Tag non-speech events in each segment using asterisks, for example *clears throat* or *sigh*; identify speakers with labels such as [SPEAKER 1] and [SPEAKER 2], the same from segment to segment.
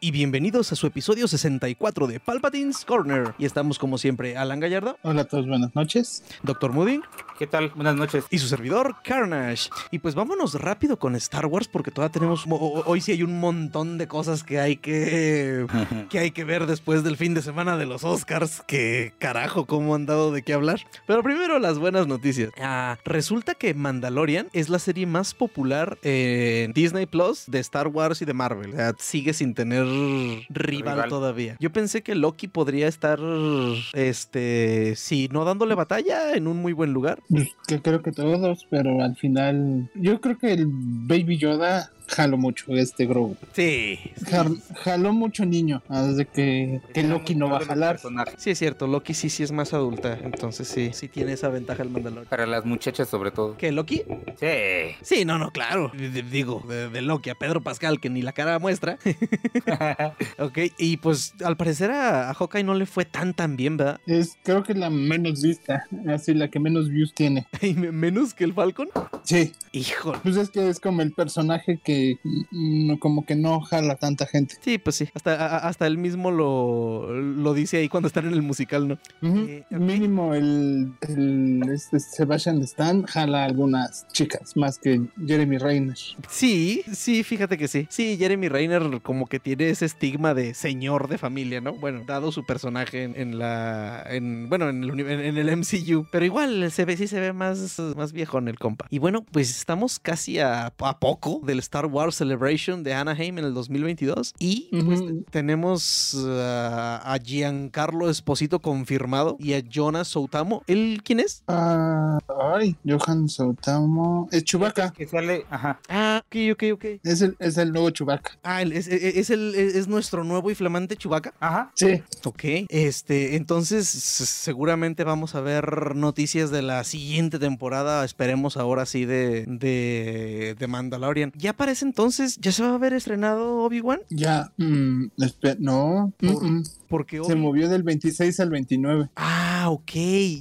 [SPEAKER 1] Y bienvenidos a su episodio 64 de Palpatine's Corner. Y estamos como siempre Alan Gallardo,
[SPEAKER 2] Hola a todos, buenas noches.
[SPEAKER 1] Dr. Moody
[SPEAKER 3] ¿Qué tal? Buenas noches.
[SPEAKER 1] y su servidor Carnage. Y pues vámonos rápido con Star Wars porque todavía tenemos mo- o- hoy sí hay un montón de cosas que hay que que hay que ver después del fin de semana de los Oscars, que carajo cómo han dado de qué hablar. Pero primero las buenas noticias. Ah, resulta que Mandalorian es la serie más popular en Disney Plus de Star Wars y de Marvel. O sea, sigue sin tener rival,
[SPEAKER 3] Rival.
[SPEAKER 1] todavía. Yo pensé que Loki podría estar este, si no dándole batalla en un muy buen lugar.
[SPEAKER 2] Pues, Yo creo que todos, pero al final, yo creo que el Baby Yoda jaló mucho este Grogu.
[SPEAKER 1] Sí,
[SPEAKER 2] Jar- jaló mucho niño, desde que, que Loki no va a jalar.
[SPEAKER 3] Personaje.
[SPEAKER 1] Sí, es cierto, Loki sí, sí es más adulta, entonces sí, sí tiene esa ventaja el Mandalorian.
[SPEAKER 3] Para las muchachas sobre todo.
[SPEAKER 1] ¿Qué, Loki?
[SPEAKER 3] Sí.
[SPEAKER 1] Sí, no, no, claro. D- d- Digo, de, de Loki a Pedro Pascal, que ni la cara muestra. *laughs* ok, y pues al parecer a, a Hawkeye no le fue tan tan bien, ¿verdad?
[SPEAKER 2] Es creo que la menos vista, así la que menos views tiene.
[SPEAKER 1] Y me- menos que el Falcon.
[SPEAKER 2] Sí,
[SPEAKER 1] Híjole.
[SPEAKER 2] pues es que es como el personaje que mm, no- como que no jala tanta gente.
[SPEAKER 1] Sí, pues sí. Hasta, a- a- hasta él mismo lo, lo dice ahí cuando están en el musical, ¿no?
[SPEAKER 2] Ujú.
[SPEAKER 1] Eh, ok.
[SPEAKER 2] Mínimo el, el- este Sebastian Stan jala a algunas chicas más que Jeremy Reiner.
[SPEAKER 1] Sí, sí, fíjate que sí. Sí, Jeremy Reiner como que tiene ese estigma de señor de familia, ¿no? Bueno, dado su personaje en, en la... En, bueno, en el, uni- en- en el MCU. Pero igual se ve, sí se ve más, más viejón el compa. Y bueno, pues estamos casi a, a poco del Star Wars Celebration de Anaheim en el 2022. Y pues,
[SPEAKER 2] Ujú.
[SPEAKER 1] tenemos uh, a Giancarlo Esposito confirmado y a Jonas Soutamo. ¿Él quién es?
[SPEAKER 2] Ah, ay, Johan Sautamo. Es Chubaca.
[SPEAKER 3] Que sale. Ajá.
[SPEAKER 1] Ah, ok, ok, ok.
[SPEAKER 2] Es el, es el nuevo Chubaca.
[SPEAKER 1] Ah, él es, es- es el, es es nuestro nuevo y flamante Chewbacca.
[SPEAKER 3] Ajá.
[SPEAKER 2] Sí.
[SPEAKER 1] Ok, este, entonces s- seguramente vamos a ver noticias de la siguiente temporada, esperemos ahora sí de, de, de Mandalorian. Ya parece entonces, ya se va a haber estrenado Obi-Wan,
[SPEAKER 2] Ya. mm, espe- no. mm,
[SPEAKER 1] Por-
[SPEAKER 2] mm.
[SPEAKER 1] porque
[SPEAKER 2] Se
[SPEAKER 1] Obi-
[SPEAKER 2] movió del 26 al 29.
[SPEAKER 1] Ah, ok,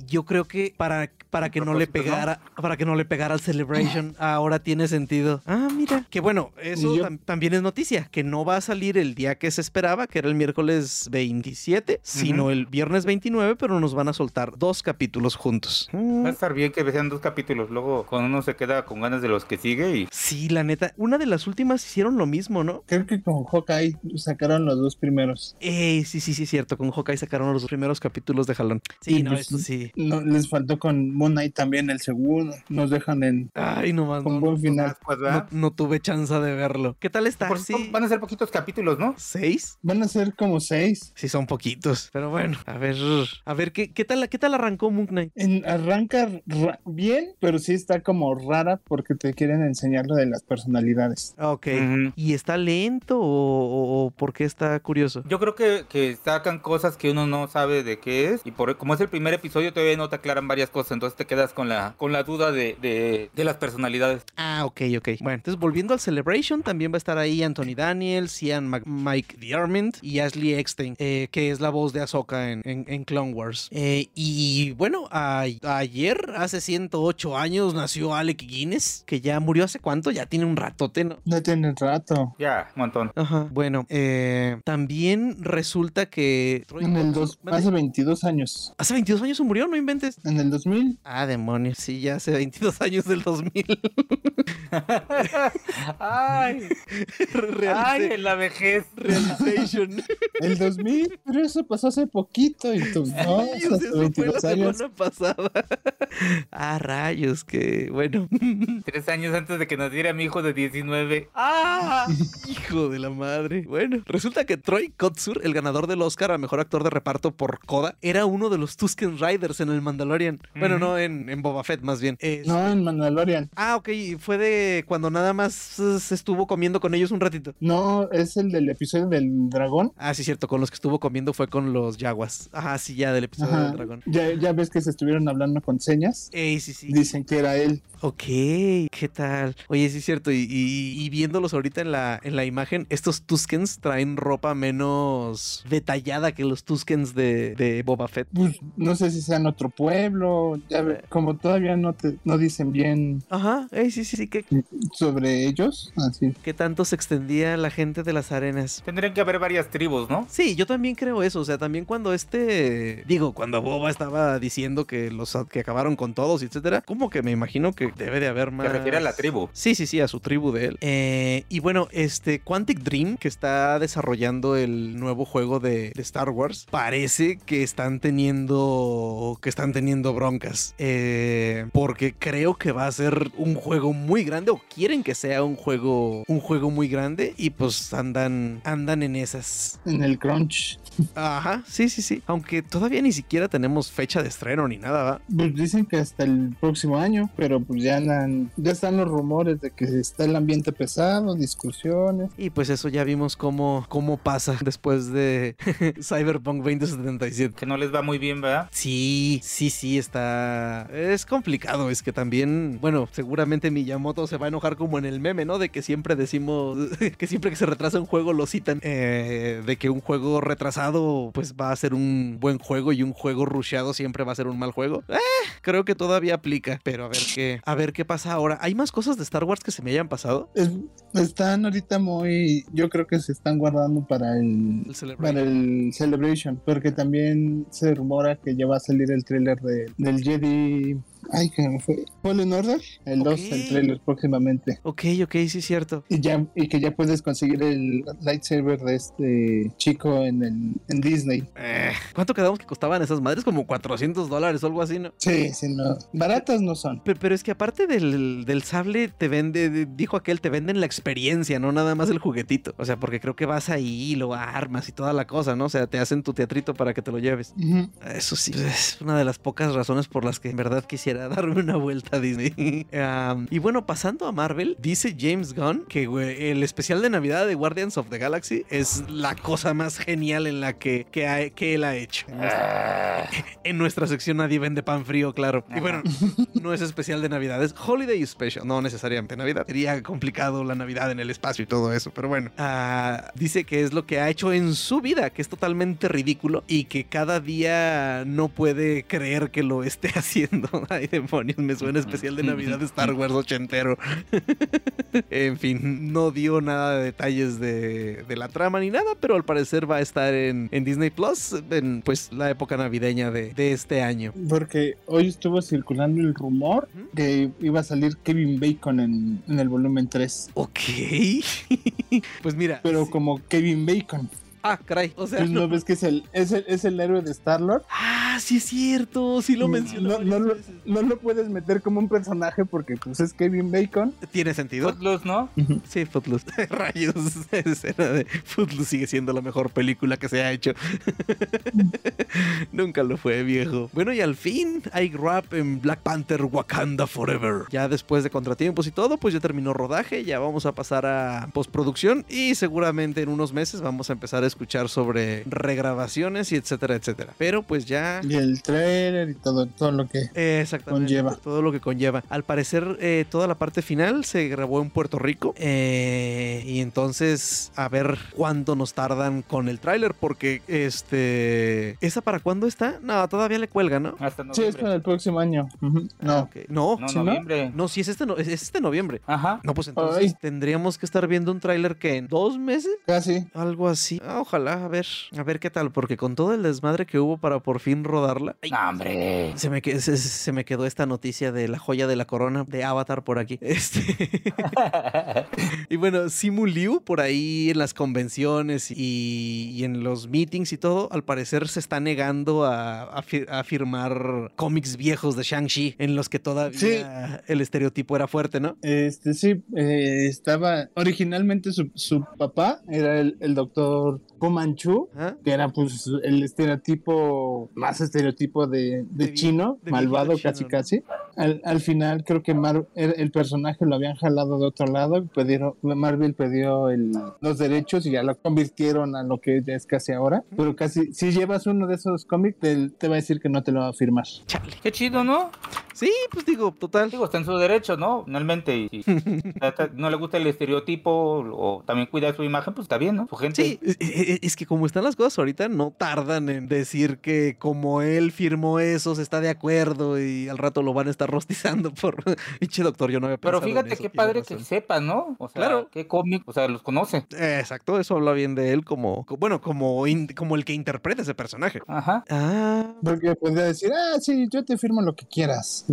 [SPEAKER 1] yo creo que para, para que no le
[SPEAKER 3] propósito, ¿no?
[SPEAKER 1] pegara, para que no le pegara al *laughs* Celebration, ahora tiene sentido. Ah, mira, que bueno, eso
[SPEAKER 2] Y yo-
[SPEAKER 1] tam- también es noticia, que no va a salir el día que se esperaba, que era el miércoles 27, sino el viernes 29, pero nos van a soltar dos capítulos juntos.
[SPEAKER 3] Va a estar bien que sean dos capítulos. Luego con uno se queda con ganas de los que sigue y.
[SPEAKER 1] Sí, la neta. Una de las últimas hicieron lo mismo, ¿no?
[SPEAKER 2] Creo que con Hawkeye sacaron los dos primeros.
[SPEAKER 1] Ey, sí, sí, sí, es cierto. Con Hawkeye sacaron los primeros capítulos de Jalón. Sí,
[SPEAKER 2] Y
[SPEAKER 1] no,
[SPEAKER 2] pues-
[SPEAKER 1] esto sí.
[SPEAKER 2] No, les faltó con Moon Knight también el segundo. Nos dejan en
[SPEAKER 1] Ay, no más. No,
[SPEAKER 2] con buen final.
[SPEAKER 3] Más, pues,
[SPEAKER 1] no-
[SPEAKER 3] ¿verdad?
[SPEAKER 1] no tuve chance de verlo. ¿Qué tal está?
[SPEAKER 3] Por
[SPEAKER 1] Sí.
[SPEAKER 3] cierto, Van a ser poquitos capítulos, ¿no?
[SPEAKER 1] ¿Seis?
[SPEAKER 2] Van a ser como seis.
[SPEAKER 1] Sí, son poquitos. Pero bueno, a ver. A ver, ¿qué, qué, tal, qué tal arrancó Moon Knight?
[SPEAKER 2] En- arranca ra- bien, pero sí está como rara porque te quieren enseñar lo de las personalidades.
[SPEAKER 1] Ah, Ok.
[SPEAKER 3] Ujú.
[SPEAKER 1] ¿Y está lento o, o- o por qué está curioso?
[SPEAKER 3] Yo creo que, que sacan cosas que uno no sabe de qué es. Y por como es el primer episodio, todavía no te aclaran varias cosas. Entonces te quedas con la, con la duda de, de, de las personalidades.
[SPEAKER 1] Ah, ok, ok. Bueno, entonces volviendo al Celebration, también va a estar ahí Anthony Daniels, Ian Mac- Mike Diarmid y Ashley Eckstein, eh, que es la voz de Ahsoka en, en- en Clone Wars. Eh, y bueno, a- ayer, hace 108 años, nació Alec Guinness, que ya murió hace cuánto, ya tiene un ratote, ¿no?
[SPEAKER 2] No tienen rato.
[SPEAKER 3] Ya,
[SPEAKER 2] *laughs*
[SPEAKER 3] un montón.
[SPEAKER 1] Ajá. Bueno, eh, también resulta que... Troy
[SPEAKER 2] En el
[SPEAKER 1] Bolton-
[SPEAKER 2] dos,
[SPEAKER 1] Mande.
[SPEAKER 2] hace 22 años.
[SPEAKER 1] Hace 22 años se murió, no inventes.
[SPEAKER 2] En el 2000
[SPEAKER 1] Ah, demonios, sí, ya hace 22 años del 2000.
[SPEAKER 3] Ay, ay,
[SPEAKER 1] *laughs* Realicé-
[SPEAKER 3] en la vejez. *laughs*
[SPEAKER 1] Realization.
[SPEAKER 2] El 2000, pero eso pasó hace poquito y tú, *laughs* no,
[SPEAKER 1] Ay,
[SPEAKER 2] eso hace
[SPEAKER 1] o sea, eso fue la
[SPEAKER 2] 22 años.
[SPEAKER 1] semana pasada. *laughs* ah, rayos, que bueno. *laughs*
[SPEAKER 3] Tres años antes de que naciera mi hijo de 19.
[SPEAKER 1] ¡Ah! Hijo de la madre. Bueno, resulta que Troy Kotsur, el ganador del Oscar a mejor actor de reparto por Coda, era uno de los Tusken Riders en el Mandalorian. Bueno,
[SPEAKER 3] Ujú.
[SPEAKER 1] no, en, en Boba Fett más bien. Es-
[SPEAKER 2] No, en Mandalorian.
[SPEAKER 1] Ah, ok, fue de de cuando nada más eh, se estuvo comiendo con ellos un ratito?
[SPEAKER 2] No, es el del episodio del dragón.
[SPEAKER 1] Ah, sí, cierto, con los que estuvo comiendo fue con los yaguas. Ajá, sí, ya del episodio
[SPEAKER 2] Ajá.
[SPEAKER 1] del dragón.
[SPEAKER 2] Ya, ya ves que se estuvieron hablando con señas.
[SPEAKER 1] Ey, sí, sí.
[SPEAKER 2] Dicen que era él.
[SPEAKER 1] Ok, ¿qué tal? Oye, sí es cierto, y, y- y viéndolos ahorita en la, en la imagen, estos Tuskens traen ropa menos detallada que los Tuskens de, de Boba Fett.
[SPEAKER 2] Pues, no sé si sea en otro pueblo. Ya ve- como todavía no, te, no dicen bien
[SPEAKER 1] Ajá, ey, sí, sí, sí, ¿qué,
[SPEAKER 2] sobre ellos. Así.
[SPEAKER 1] qué tanto se extendía la gente de las arenas?
[SPEAKER 3] Tendrían que haber varias tribus, ¿no?
[SPEAKER 1] Sí, yo también creo eso. O sea, también cuando este. Digo, cuando Boba estaba diciendo que los a- que acabaron con todos, etcétera, como que me imagino que debe de haber más.
[SPEAKER 3] Se refiere a la tribu.
[SPEAKER 1] Sí, sí, sí, a su tribu de él. Eh, y bueno, este Quantic Dream, que está desarrollando el nuevo juego de, de Star Wars, parece que están teniendo. que están teniendo broncas. Eh, porque creo que va a ser un juego muy grande. O quieren que sea un juego. un juego muy grande. Y pues andan. andan en esas.
[SPEAKER 2] En el crunch.
[SPEAKER 1] Ajá, sí, sí, sí. Aunque todavía ni siquiera tenemos fecha de estreno ni nada, ¿va?
[SPEAKER 2] Pues dicen que hasta el próximo año, pero pues ya, andan- ya están los rumores de que está el ambiente pesado, discusiones.
[SPEAKER 1] Y pues eso ya vimos cómo, cómo pasa después de *laughs* Cyberpunk 2077.
[SPEAKER 3] Que no les va muy bien, ¿verdad?
[SPEAKER 1] Sí, sí, sí, está... Es complicado, es que también, bueno, seguramente Miyamoto se va a enojar como en el meme, ¿no? De que siempre decimos, *laughs* que siempre que se retrasa un juego lo citan. Eh, de que un juego retrasado pues va a ser un buen juego y un juego rusheado siempre va a ser un mal juego. Eh, creo que todavía aplica, pero a ver qué, a ver qué pasa ahora. ¿Hay más cosas de Star Wars que se me hayan pasado?
[SPEAKER 2] Es- están ahorita muy, yo creo que se están guardando para el
[SPEAKER 1] El Celebration.
[SPEAKER 2] para el Celebration, porque también se rumora que ya va a salir el tráiler de- del Jedi. Ay, que me fue. Fallen Order, el 2,
[SPEAKER 1] Ok.
[SPEAKER 2] el tráiler próximamente.
[SPEAKER 1] Ok, ok, sí es cierto.
[SPEAKER 2] Y, ya, y que ya puedes conseguir el lightsaber de este chico en, el, en Disney.
[SPEAKER 1] Eh, ¿Cuánto quedamos que costaban esas madres? Como 400 dólares o algo así, ¿no?
[SPEAKER 2] Sí, sí, no. Baratas no son.
[SPEAKER 1] Pe- Pero, es que aparte del, del sable te vende, de- dijo aquel, te venden la experiencia, no nada más el juguetito. O sea, porque creo que vas ahí, lo armas y toda la cosa, ¿no? O sea, te hacen tu teatrito para que te lo lleves.
[SPEAKER 2] Ujú.
[SPEAKER 1] Eso sí, pues, es una de las pocas razones por las que en verdad quisiera *laughs* darme una vuelta a Disney. *laughs* Am, y bueno, pasando a Marvel, dice James Gunn que güey, el especial de Navidad de Guardians of the Galaxy es la cosa más genial en la que, que, ha- que él ha hecho.
[SPEAKER 3] Ah,
[SPEAKER 1] En nuestra sección nadie vende pan frío, claro. Y bueno, no es especial de Navidad, es Holiday Special. No necesariamente Navidad. Sería complicado la Navidad en el espacio y todo eso, pero bueno. Ah, dice que es lo que ha hecho en su vida, que es totalmente ridículo y que cada día no puede creer que lo esté *laughs* haciendo. Ay, demonios, me suena especial de Navidad de Star Wars ochentero. en fin, no dio nada de detalles de, de la trama ni nada, pero al parecer va a estar en, en Disney Plus en pues la época navideña de, de este año.
[SPEAKER 2] Porque hoy estuvo circulando el rumor
[SPEAKER 1] Ujú.
[SPEAKER 2] que iba a salir Kevin Bacon en, en el volumen 3. *laughs*
[SPEAKER 1] Ok. pues mira.
[SPEAKER 2] Pero
[SPEAKER 1] sí.
[SPEAKER 2] como Kevin
[SPEAKER 1] *laughs*
[SPEAKER 2] Bacon.
[SPEAKER 1] Ah, caray. O sea.
[SPEAKER 2] Pues no ves que es el, es el, es el héroe de Star-Lord.
[SPEAKER 1] Ah, sí es cierto. Sí lo
[SPEAKER 2] No,
[SPEAKER 1] mencionó.
[SPEAKER 2] no,
[SPEAKER 1] varias
[SPEAKER 2] no lo-
[SPEAKER 1] veces.
[SPEAKER 2] No lo puedes meter como un personaje porque pues es Kevin Bacon.
[SPEAKER 1] Tiene sentido.
[SPEAKER 3] Footloose, Este, ¿no?
[SPEAKER 1] Sí, Footloose. *laughs* Rayos. esa escena de Footloose sigue siendo la mejor película que se ha hecho. *laughs* Nunca lo fue, viejo. Bueno, y al fin hay rap en Black Panther Wakanda Forever. Ya después de contratiempos y todo, pues ya terminó rodaje, ya vamos a pasar a postproducción y seguramente en unos meses vamos a empezar a escuchar sobre regrabaciones y etcétera, etcétera. Pero pues ya...
[SPEAKER 2] Y el trailer y todo, todo lo que...
[SPEAKER 1] Exactamente.
[SPEAKER 2] Conlleva.
[SPEAKER 1] Todo lo que conlleva. Al parecer, eh, toda la parte final se grabó en Puerto Rico. eh, y entonces, a ver cuánto nos tardan con el tráiler. Porque este. ¿Esa para cuándo está? No, todavía le cuelga, ¿no?
[SPEAKER 3] Hasta
[SPEAKER 2] Sí, es para
[SPEAKER 3] noviembre.
[SPEAKER 2] el próximo año. Ujú.
[SPEAKER 1] Ah,
[SPEAKER 2] No.
[SPEAKER 1] ok. No,
[SPEAKER 3] No,
[SPEAKER 2] ¿Sí, no?
[SPEAKER 3] noviembre.
[SPEAKER 1] no, si es este, no, es es este noviembre.
[SPEAKER 3] Ajá.
[SPEAKER 1] No, pues entonces
[SPEAKER 2] Ay.
[SPEAKER 1] tendríamos que estar viendo un tráiler que en dos meses.
[SPEAKER 2] Casi.
[SPEAKER 1] Algo así. Ah, ojalá, a ver. A ver qué tal. Porque con todo el desmadre que hubo para por fin rodarla. ay,
[SPEAKER 3] No, hombre.
[SPEAKER 1] Se me, que- se, se me quedó esta noticia de la joya de la corona de Avatar por aquí. *laughs* Este, y bueno, Simu Liu por ahí en las convenciones y, y en los meetings y todo, al parecer se está negando a, a fir- a firmar cómics viejos de Shang-Chi en los que todavía
[SPEAKER 2] Sí.
[SPEAKER 1] el estereotipo era fuerte, ¿no?
[SPEAKER 2] Este sí, eh, estaba originalmente su, su papá era el, el doctor Comanchu,
[SPEAKER 1] ¿Ah?
[SPEAKER 2] que era pues el estereotipo, más estereotipo de, de
[SPEAKER 1] De vi-
[SPEAKER 2] chino,
[SPEAKER 1] de viejito
[SPEAKER 2] malvado
[SPEAKER 1] chino,
[SPEAKER 2] casi
[SPEAKER 1] ¿no?
[SPEAKER 2] casi. al, al final creo que Mar- el, el personaje lo habían jalado de otro lado y pidieron, Marvel pidió el- los derechos y ya lo convirtieron a lo que es casi ahora. Pero casi, si llevas uno de esos cómics, te, te va a decir que no te lo va a firmar.
[SPEAKER 1] Chale.
[SPEAKER 3] Qué chido, ¿no?
[SPEAKER 1] Sí, pues digo, total.
[SPEAKER 3] Digo, está en su derecho, ¿no? Finalmente,
[SPEAKER 1] *laughs*
[SPEAKER 3] y si trata- no le gusta el estereotipo o también cuida su imagen, pues está bien, ¿no? Su gente.
[SPEAKER 1] Sí, e- e- es que como están las cosas ahorita, no tardan en decir que como él firmó eso, se está de acuerdo y al rato lo van a estar rostizando por... *laughs* Pinche doctor, yo no había pensado
[SPEAKER 3] Pero
[SPEAKER 1] en
[SPEAKER 3] fíjate
[SPEAKER 1] eso,
[SPEAKER 3] qué
[SPEAKER 1] tiene
[SPEAKER 3] padre
[SPEAKER 1] razón.
[SPEAKER 3] que sepa, ¿no? O sea,
[SPEAKER 1] Claro.
[SPEAKER 3] qué cómic, o sea, los conoce.
[SPEAKER 1] Eh, Exacto, eso habla bien de él como... co- Bueno, como, in- como el que interpreta ese personaje.
[SPEAKER 3] Ajá.
[SPEAKER 1] Ah,
[SPEAKER 2] Porque podría decir, ah, sí, yo te firmo lo que quieras.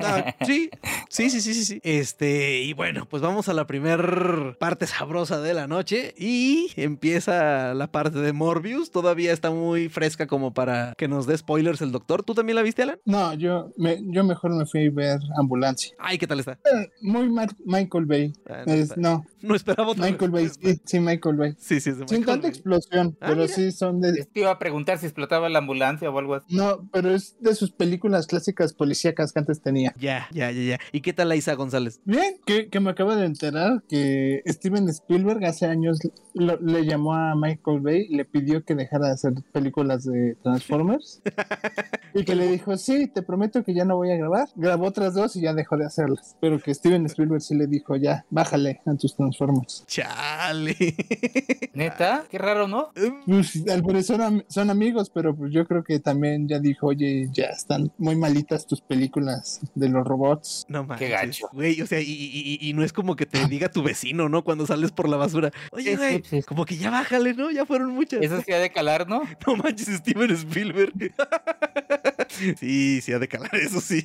[SPEAKER 1] ah, sí, sí, sí, sí, sí, sí. Este, y bueno, pues vamos a la primer parte sabrosa de la noche y empieza la parte de Morbius. Todavía está muy fresca como para que nos dé spoilers el doctor. ¿Tú también la viste, Alan?
[SPEAKER 2] No, yo, me, yo mejor me fui a ver ambulancia.
[SPEAKER 1] Ay, ¿qué tal está?
[SPEAKER 2] Eh, Muy Mar- Michael Bay.
[SPEAKER 1] Ah, no,
[SPEAKER 2] Es,
[SPEAKER 1] está-
[SPEAKER 2] no,
[SPEAKER 1] no esperaba otra
[SPEAKER 2] Michael Bay,
[SPEAKER 1] vez.
[SPEAKER 2] sí, sí, Michael Bay.
[SPEAKER 1] *laughs* Sí, sí, es de
[SPEAKER 2] Sin
[SPEAKER 1] Michael
[SPEAKER 2] tanta
[SPEAKER 1] Bay.
[SPEAKER 2] explosión,
[SPEAKER 1] Ah,
[SPEAKER 2] pero
[SPEAKER 1] mira.
[SPEAKER 2] sí son de,
[SPEAKER 3] Te iba a preguntar si explotaba la ambulancia o algo así.
[SPEAKER 2] No, pero es de sus películas clásicas policíacas que antes tenía.
[SPEAKER 1] Ya, ya, ya, ya. ¿Y qué tal la Isa González?
[SPEAKER 2] Bien, que, que me acabo de enterar que Steven Spielberg hace años lo- le llamó a Michael Bay y le pidió que dejara de hacer películas de
[SPEAKER 1] *laughs*
[SPEAKER 2] Transformers. y que le dijo, sí, te prometo que ya no voy a grabar. Grabó otras dos y ya dejó de hacerlas. Pero que Steven Spielberg sí le dijo, ya, bájale a tus Transformers.
[SPEAKER 1] Chale. *laughs* Ah.
[SPEAKER 3] Neta, qué raro, ¿no?
[SPEAKER 2] Pues, al parecer son, am- son amigos, pero pues yo creo que también ya dijo, oye, ya están muy malitas tus películas de los robots.
[SPEAKER 1] No manches.
[SPEAKER 3] gacho.
[SPEAKER 1] Güey, o sea, y, y- y- y no es como que te diga tu vecino, ¿no? Cuando sales por la basura. Oye,
[SPEAKER 3] Sí,
[SPEAKER 1] güey,
[SPEAKER 3] sí, sí.
[SPEAKER 1] como que ya bájale, ¿no? Ya fueron muchas.
[SPEAKER 3] pues, Eso sí ha de calar, ¿no?
[SPEAKER 1] *laughs* No manches, Steven Spielberg. *laughs* sí, sí, ha de calar, eso sí.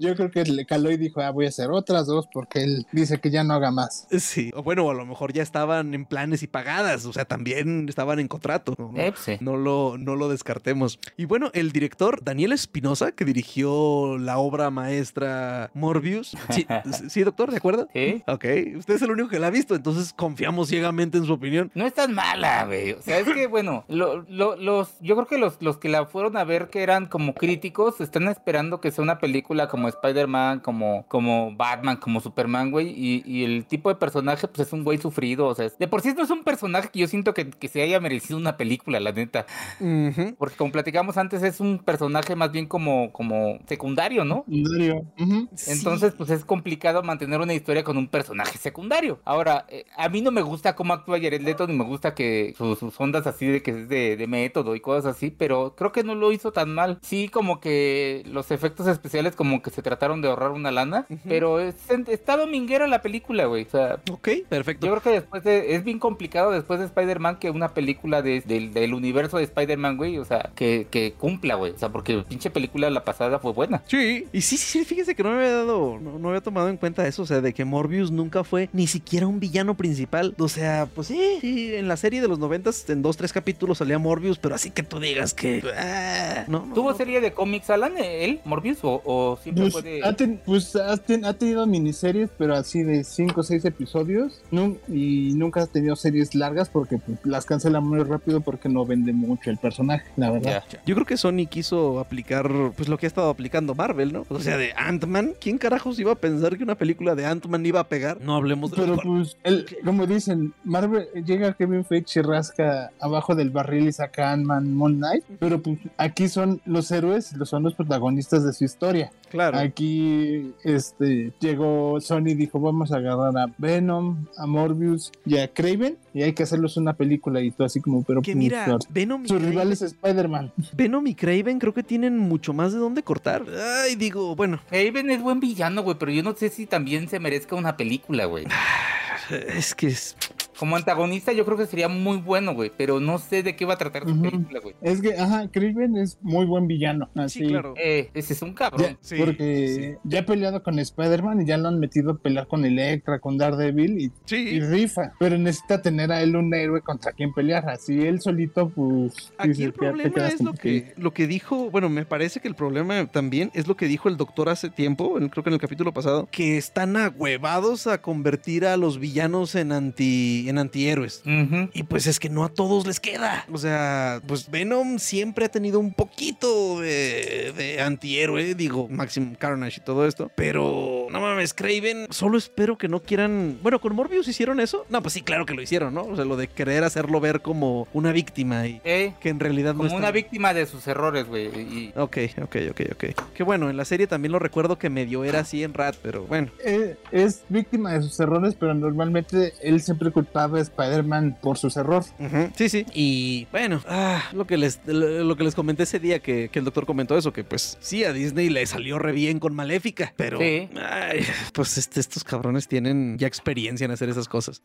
[SPEAKER 2] Yo creo que le caló y dijo, ah, voy a hacer otras dos porque él dice que ya no haga más.
[SPEAKER 1] Sí. O bueno, a lo mejor ya estaban en planes y pagadas. O sea, también estaban en contrato. ¿no?
[SPEAKER 3] Eh, pues sí.
[SPEAKER 1] No lo, no lo descartemos. Y bueno, el director Daniel Espinosa, que dirigió la obra maestra Morbius. Sí, sí, doctor, ¿de acuerdo?
[SPEAKER 3] Sí.
[SPEAKER 1] Ok, usted es el único que la ha visto, entonces confiamos ciegamente en su opinión.
[SPEAKER 3] No es tan mala, güey. O sea, es que, bueno, lo- lo- los, yo creo que los, los que la fueron a ver que eran como críticos están esperando que sea una película como Spider-Man, como, como Batman, como Superman, güey. Y, y el tipo de personaje, pues es un güey sufrido. O sea, es- de por sí no es un personaje que yo siento que, que se haya merecido una película, la neta.
[SPEAKER 1] Ujú.
[SPEAKER 3] Porque como platicamos antes, es un personaje más bien como, como secundario, ¿no?
[SPEAKER 2] Dario, ujú.
[SPEAKER 3] Entonces, pues es complicado mantener una historia con un personaje secundario. Ahora, eh, a mí no me gusta cómo actúa Jared Leto, ni me gusta que sus, sus ondas así de que es de, de método y cosas así, pero creo que no lo hizo tan mal. Sí, como que los efectos especiales como que se trataron de ahorrar una lana,
[SPEAKER 1] Ujú.
[SPEAKER 3] pero es- está dominguera la película, güey. O sea,
[SPEAKER 1] Sí. Ok, perfecto.
[SPEAKER 3] yo creo que después de- es bien complicado después de Spider-Man que una película de- del, del universo de Spider-Man, güey, o sea, que, que cumpla, güey. O sea, porque pinche película la pasada fue buena.
[SPEAKER 1] Sí. Y sí, sí, sí, fíjese que no me había dado, no, no había tomado en cuenta eso, o sea, de que Morbius nunca fue ni siquiera un villano principal. O sea, pues sí, sí, en la serie de los noventas, en dos, tres capítulos salía Morbius, pero así que tú digas que... ah, no, no,
[SPEAKER 3] ¿Tuvo
[SPEAKER 1] no.
[SPEAKER 3] serie de cómics, Alan, él, Morbius, o, o siempre
[SPEAKER 2] Pues,
[SPEAKER 3] fue de...
[SPEAKER 2] ha, ten- pues, ha ten- ha tenido miniseries, pero así de 5 o 6 episodios. nun- y nunca ha tenido series largas porque pues, las cancela muy rápido porque no vende mucho el personaje, la verdad.
[SPEAKER 3] Ya.
[SPEAKER 1] Yo creo que Sony quiso aplicar pues lo que ha estado aplicando Marvel, ¿no? O sea, de Ant-Man. ¿Quién carajos iba a pensar que una película de Ant-Man iba a pegar? No hablemos de
[SPEAKER 2] *laughs* Pero pues, el- como dicen, Marvel eh, llega Kevin Feige y rasca abajo del barril y saca Ant-Man Moon Knight. Pero pues, aquí son los héroes, los- son los protagonistas de su historia.
[SPEAKER 1] Claro.
[SPEAKER 2] Aquí este, llegó Sony y dijo, vamos a agarrar a Venom, a Morbius y a Craven y hay que hacerlos una película y todo así como, pero
[SPEAKER 1] Que
[SPEAKER 2] pues,
[SPEAKER 1] mira,
[SPEAKER 2] claro,
[SPEAKER 1] Venom y,
[SPEAKER 2] su rival
[SPEAKER 1] Craven,
[SPEAKER 2] es Spider-Man.
[SPEAKER 1] Venom y Craven creo que tienen mucho más de dónde cortar. Ay, digo, bueno,
[SPEAKER 3] Haven es buen villano, güey, pero yo no sé si también se merezca una película, güey.
[SPEAKER 1] es que es...
[SPEAKER 3] Como antagonista yo creo que sería muy bueno, güey, pero no sé de qué va a tratar su
[SPEAKER 2] Ujú.
[SPEAKER 3] película, güey.
[SPEAKER 2] Es que, ajá, Craven es muy buen villano. Así.
[SPEAKER 1] Sí, claro.
[SPEAKER 3] Eh, ese es un
[SPEAKER 2] Ya,
[SPEAKER 3] cabrón.
[SPEAKER 1] Sí,
[SPEAKER 2] porque ya ha peleado con Spider-Man y ya lo han metido a pelear con Electra, con Daredevil y, y
[SPEAKER 1] Sí.
[SPEAKER 2] rifa. Pero necesita tener a él un héroe contra quien pelear. Así él solito, pues.
[SPEAKER 1] Aquí
[SPEAKER 2] dices,
[SPEAKER 1] el
[SPEAKER 2] "Ya te
[SPEAKER 1] problema
[SPEAKER 2] quedas
[SPEAKER 1] es
[SPEAKER 2] como
[SPEAKER 1] lo que, lo que dijo, bueno, me parece que el problema también es lo que dijo el doctor hace tiempo, en- creo que en el capítulo pasado, que están ahuevados a convertir a los villanos en anti anti, en antihéroes.
[SPEAKER 3] Ujú.
[SPEAKER 1] Y pues es que no a todos les queda. O sea, pues Venom siempre ha tenido un poquito de, de antihéroe, digo, Maxim Carnage y todo esto. Pero no mames, Craven, solo espero que no quieran. Bueno, con Morbius hicieron eso. No, pues sí, claro que lo hicieron, ¿no? O sea, lo de querer hacerlo ver como una víctima y
[SPEAKER 3] Eh,
[SPEAKER 1] que en realidad no
[SPEAKER 3] como
[SPEAKER 1] es
[SPEAKER 3] una
[SPEAKER 1] tan-
[SPEAKER 3] víctima de sus errores, güey. y-
[SPEAKER 1] Ok, ok, ok, ok. Que bueno, en la serie también lo recuerdo que medio era así en Rat, pero bueno.
[SPEAKER 2] Eh, es víctima de sus errores, pero normalmente él siempre culpaba a Spider-Man por sus errores.
[SPEAKER 1] Ujú, Sí, sí. Y bueno, ah, lo, que les, lo lo que les comenté ese día que, que el doctor comentó eso, que pues sí, a Disney le salió re bien con Maléfica, pero
[SPEAKER 3] Sí.
[SPEAKER 1] ay, pues este, estos cabrones tienen ya experiencia en hacer esas cosas.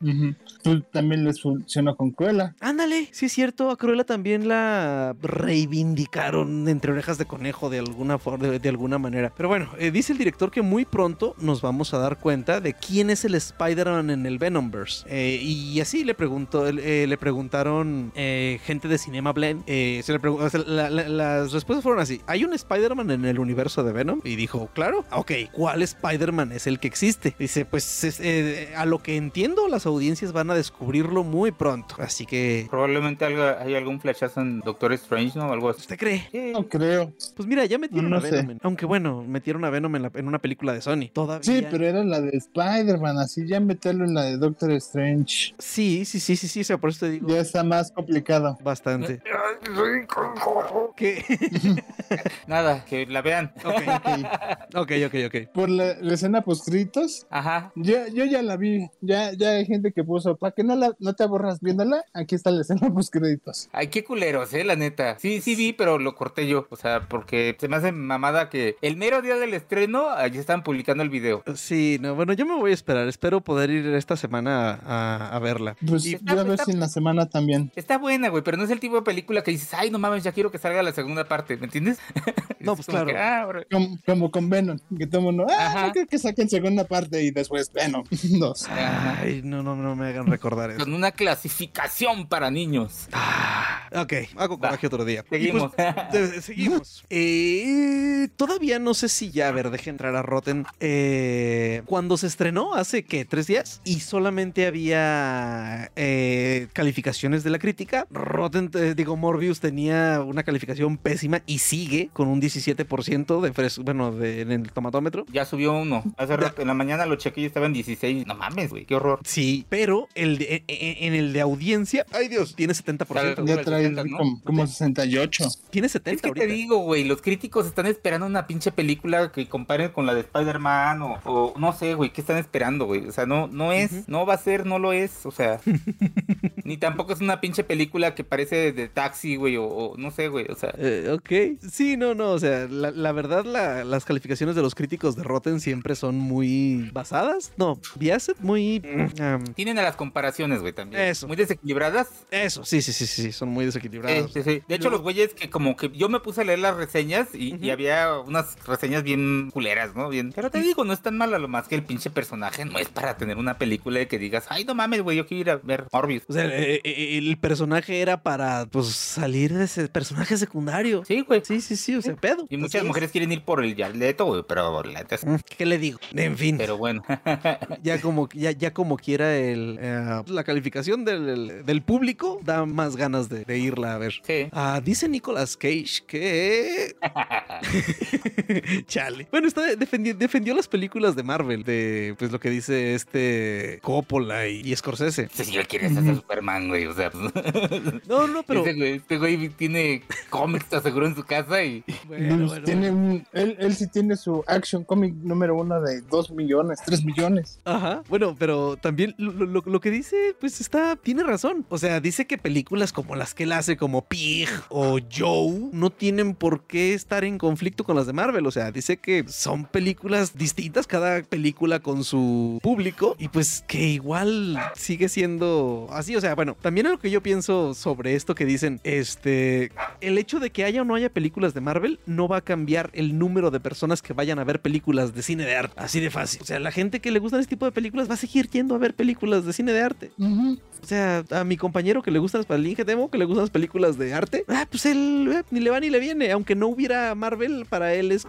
[SPEAKER 2] Pues también les funcionó con Cruella.
[SPEAKER 1] Ándale, sí es cierto, a Cruella también la reivindicaron entre orejas de conejo de alguna, for- de, de alguna manera. Pero bueno, eh, dice el director que muy pronto nos vamos a dar cuenta de quién es el Spider-Man en el Venomverse. Eh, y así le, preguntó, eh, le preguntaron eh, gente de Cinema Blend. eh, se le pregun- o sea, la- la- las respuestas fueron así. ¿Hay un Spider-Man en el universo de Venom? Y dijo, claro. Ok, ¿cuál Spider-Man es el que existe? Dice, pues es, eh, a lo que entiendo las audiencias van a descubrirlo muy pronto. Así que
[SPEAKER 3] Probablemente algo- hay algún flashazo en Doctor Strange, ¿no? Algo así.
[SPEAKER 1] ¿Usted cree?
[SPEAKER 3] Sí.
[SPEAKER 2] No creo.
[SPEAKER 1] Pues mira, ya metieron
[SPEAKER 2] No
[SPEAKER 1] a
[SPEAKER 2] sé.
[SPEAKER 1] Venom. en- aunque bueno, metieron a Venom en, la- en una película de Sony. Todavía.
[SPEAKER 2] Sí, pero era la de Spider-Man, así ya meterlo en la de Doctor Strange
[SPEAKER 1] Sí, sí, sí, sí, sí. O sea, por eso te digo.
[SPEAKER 2] ya está más complicado. *laughs*
[SPEAKER 1] Bastante. ¿Qué? *laughs*
[SPEAKER 3] Nada, que la vean.
[SPEAKER 2] Ok.
[SPEAKER 1] ok, ok, ok, ok.
[SPEAKER 2] Por la, la escena postritos,
[SPEAKER 3] Ajá.
[SPEAKER 2] ya, yo ya la vi, ya, ya hay gente que puso, para que no, la, no te aborras viéndola, aquí está la escena postcréditos.
[SPEAKER 3] Ay, qué culeros, eh, la neta. Sí, sí vi, pero lo corté yo. O sea, porque se me hace mamada que el mero día del estreno, allí estaban publicando el video.
[SPEAKER 1] Sí, no, bueno, yo me voy a esperar. Espero poder ir esta semana a, a- a verla.
[SPEAKER 2] Pues
[SPEAKER 1] Y-
[SPEAKER 2] yo a ver si en la semana también.
[SPEAKER 3] Está buena, güey, pero no es el tipo de película que dices, ay, no mames, ya quiero que salga la segunda parte, ¿me entiendes?
[SPEAKER 1] *laughs* *laughs* No,
[SPEAKER 3] Es
[SPEAKER 1] pues
[SPEAKER 3] como
[SPEAKER 1] claro.
[SPEAKER 3] que, ah, ahora-
[SPEAKER 2] Como, como con Venom, que todo el mundo, ah,
[SPEAKER 3] Ajá.
[SPEAKER 2] yo creo que saquen segunda parte y después Venom *laughs* dos.
[SPEAKER 3] ah, Ajá.
[SPEAKER 1] Ay, no, no, no me hagan recordar eso.
[SPEAKER 3] Con una clasificación para niños.
[SPEAKER 1] Ah, ok, hago
[SPEAKER 3] Va.
[SPEAKER 1] coraje otro día. Y pues,
[SPEAKER 3] Seguimos. *laughs*
[SPEAKER 1] Eh, *laughs* Seguimos. Eh, todavía no sé si ya, a ver, deje entrar a Rotten. Eh, cuando se estrenó, hace que tres días, y solamente había eh, calificaciones de la crítica. Rotten, eh, digo, Morbius tenía una calificación pésima y sigue con un 17% de fres bueno, de, en el tomatómetro.
[SPEAKER 3] ya subió uno. Hace rato, en la mañana lo chequé y estaba en 16. No mames, güey, qué horror.
[SPEAKER 1] Sí, pero el de- e- e- en el de audiencia, ay Dios, tiene 70%.
[SPEAKER 3] Tal-
[SPEAKER 2] Ya trae
[SPEAKER 3] 60, ¿no?
[SPEAKER 2] como, como 68.
[SPEAKER 1] Tiene 70
[SPEAKER 3] Es que
[SPEAKER 1] ahorita.
[SPEAKER 3] te digo, güey, los críticos están esperando una pinche película que comparen con la de Spider-Man o, o no sé, güey, ¿qué están esperando, güey? O sea, no, no es,
[SPEAKER 1] Ujú.
[SPEAKER 3] no va a ser, no lo es, o
[SPEAKER 1] *laughs*
[SPEAKER 3] sea, ni tampoco es una pinche película que parece de taxi, güey, o, o no sé, güey, o sea,
[SPEAKER 1] Eh, ok. Sí, no, no. O sea, la, la verdad, la- las calificaciones de los críticos de Rotten siempre son muy basadas. No, Biaset, muy. mm, am,
[SPEAKER 3] tienen a las comparaciones, güey, también.
[SPEAKER 1] Eso.
[SPEAKER 3] Muy desequilibradas.
[SPEAKER 1] eso, sí, sí, sí, sí, sí, son muy
[SPEAKER 3] Sí,
[SPEAKER 1] desequilibrados.
[SPEAKER 3] sí, Este, sí. De hecho, los güeyes que como que yo me puse a leer las reseñas y, y
[SPEAKER 1] Ujú.
[SPEAKER 3] había unas reseñas bien culeras, ¿no? Bien. Pero te digo, no es tan mala lo más que el pinche personaje no es para tener una película de que digas, ay, no mames, güey, yo quiero ir a ver Morbius.
[SPEAKER 1] O sea, eh, eh, el personaje era para pues salir de ese personaje secundario.
[SPEAKER 3] Sí, güey.
[SPEAKER 1] Sí, sí, sí, o sea, pedo.
[SPEAKER 3] Y
[SPEAKER 1] Así
[SPEAKER 3] muchas
[SPEAKER 1] es.
[SPEAKER 3] mujeres quieren ir por el Yarleto, güey, pero la neta es-
[SPEAKER 1] Mm, ¿Qué le digo? En fin,
[SPEAKER 3] Pero
[SPEAKER 1] *laughs*
[SPEAKER 3] bueno, *laughs*
[SPEAKER 1] ya como ya, ya como quiera el eh, la calificación del, del público da más ganas de, de irla a ver.
[SPEAKER 3] sí.
[SPEAKER 1] Ah, dice Nicolas Cage que *laughs* Chale. Bueno, está defendió, defendió las películas de Marvel, de pues lo que dice este Coppola y, y Scorsese.
[SPEAKER 3] Si yo quería ser Superman, güey, o sea, pues, *laughs*
[SPEAKER 1] No, no, pero
[SPEAKER 3] ese güey- este güey tiene cómics, te aseguro, en su casa y
[SPEAKER 1] Bueno,
[SPEAKER 2] Pues
[SPEAKER 1] bueno,
[SPEAKER 2] tiene un- él, él sí tiene su action comic número uno de 2 millones, 3 millones.
[SPEAKER 1] Ajá. Bueno, pero también lo, lo- lo que dice, pues está, tiene razón. O sea, dice que películas como las que él hace, como Pig o Joe, no tienen por qué estar en conflicto con las de Marvel. O sea, dice que son películas distintas, cada película con su público, y pues que igual sigue siendo así. O sea, bueno, también lo que yo pienso sobre esto que dicen, este, el hecho de que haya o no haya películas de Marvel no va a cambiar el número de personas que vayan a ver películas de cine de arte. Así de fácil. O sea, la gente que le gustan este tipo de películas va a seguir yendo a ver películas de cine de arte.
[SPEAKER 2] Ujú.
[SPEAKER 1] O sea, a mi compañero que le gustan las películas, que le gustan las películas de arte, ah, pues él eh, ni le va ni le viene. Aunque no hubiera Marvel, para él es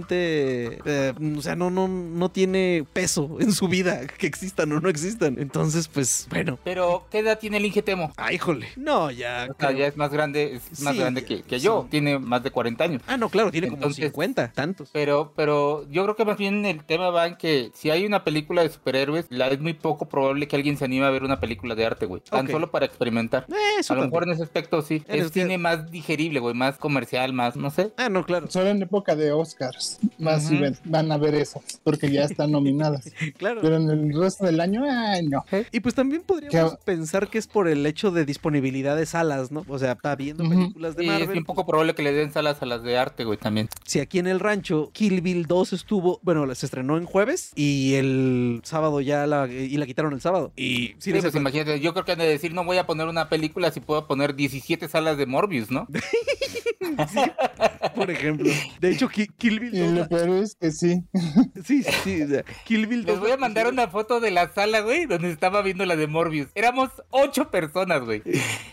[SPEAKER 1] completamente. eh, o sea, no, no, no tiene peso en su vida que existan o no existan. Entonces, pues bueno.
[SPEAKER 3] Pero, ¿qué edad tiene el Ingetemo?
[SPEAKER 1] Ah, híjole. No, ya.
[SPEAKER 3] O sea,
[SPEAKER 1] creo-
[SPEAKER 3] ya es más grande, es más
[SPEAKER 1] Sí,
[SPEAKER 3] grande
[SPEAKER 1] ya,
[SPEAKER 3] que, que
[SPEAKER 1] sí.
[SPEAKER 3] yo. Tiene más de 40 años.
[SPEAKER 1] Ah, no, claro, tiene como
[SPEAKER 3] Entonces-
[SPEAKER 1] 50, tantos.
[SPEAKER 3] Pero, pero yo creo que más bien el tema va en que si hay una película de superhéroes, la es muy poco probable que alguien se anime a ver una película de arte, güey. Tan
[SPEAKER 1] Ok.
[SPEAKER 3] solo para experimentar.
[SPEAKER 1] Eh, eso
[SPEAKER 3] a lo
[SPEAKER 1] también.
[SPEAKER 3] mejor en ese aspecto sí.
[SPEAKER 1] Eres
[SPEAKER 3] es cine más digerible, güey, más comercial, más, no sé.
[SPEAKER 1] Ah, no, claro,
[SPEAKER 2] Solo en época de Oscars más
[SPEAKER 3] Ujú.
[SPEAKER 2] y ven- van a ver eso, porque ya están nominadas.
[SPEAKER 3] *laughs*
[SPEAKER 1] claro.
[SPEAKER 2] Pero en el resto del año, ay, no.
[SPEAKER 1] Y pues también podríamos
[SPEAKER 2] Que-
[SPEAKER 1] pensar que es por el hecho de disponibilidad de salas, ¿no? O sea, está viendo
[SPEAKER 2] Ujú.
[SPEAKER 1] películas de
[SPEAKER 3] Y es
[SPEAKER 1] Marvel.
[SPEAKER 3] bien poco probable que le den salas a las de arte, güey, también.
[SPEAKER 1] Si aquí en el rancho Kill Bill 2 estuvo, bueno, se estrenó en jueves y el sábado ya la y la quitaron el sábado. Y
[SPEAKER 3] Sí,
[SPEAKER 1] sí, no sé,
[SPEAKER 3] pues imagínate, yo creo que han de decir, no voy a poner una película si puedo poner 17 salas de Morbius, ¿no?
[SPEAKER 1] por ejemplo. De hecho, Ki- Kill Bill
[SPEAKER 2] Y
[SPEAKER 1] 2.
[SPEAKER 2] lo
[SPEAKER 1] la-
[SPEAKER 2] peor es que sí.
[SPEAKER 1] Sí, sí, sí. o sea, Kill Bill 2.
[SPEAKER 3] Les voy a
[SPEAKER 1] la
[SPEAKER 3] mandar
[SPEAKER 1] pusieron-
[SPEAKER 3] una foto de la sala, güey, donde estaba viendo la de Morbius. Éramos ocho personas,
[SPEAKER 1] *laughs*
[SPEAKER 3] güey.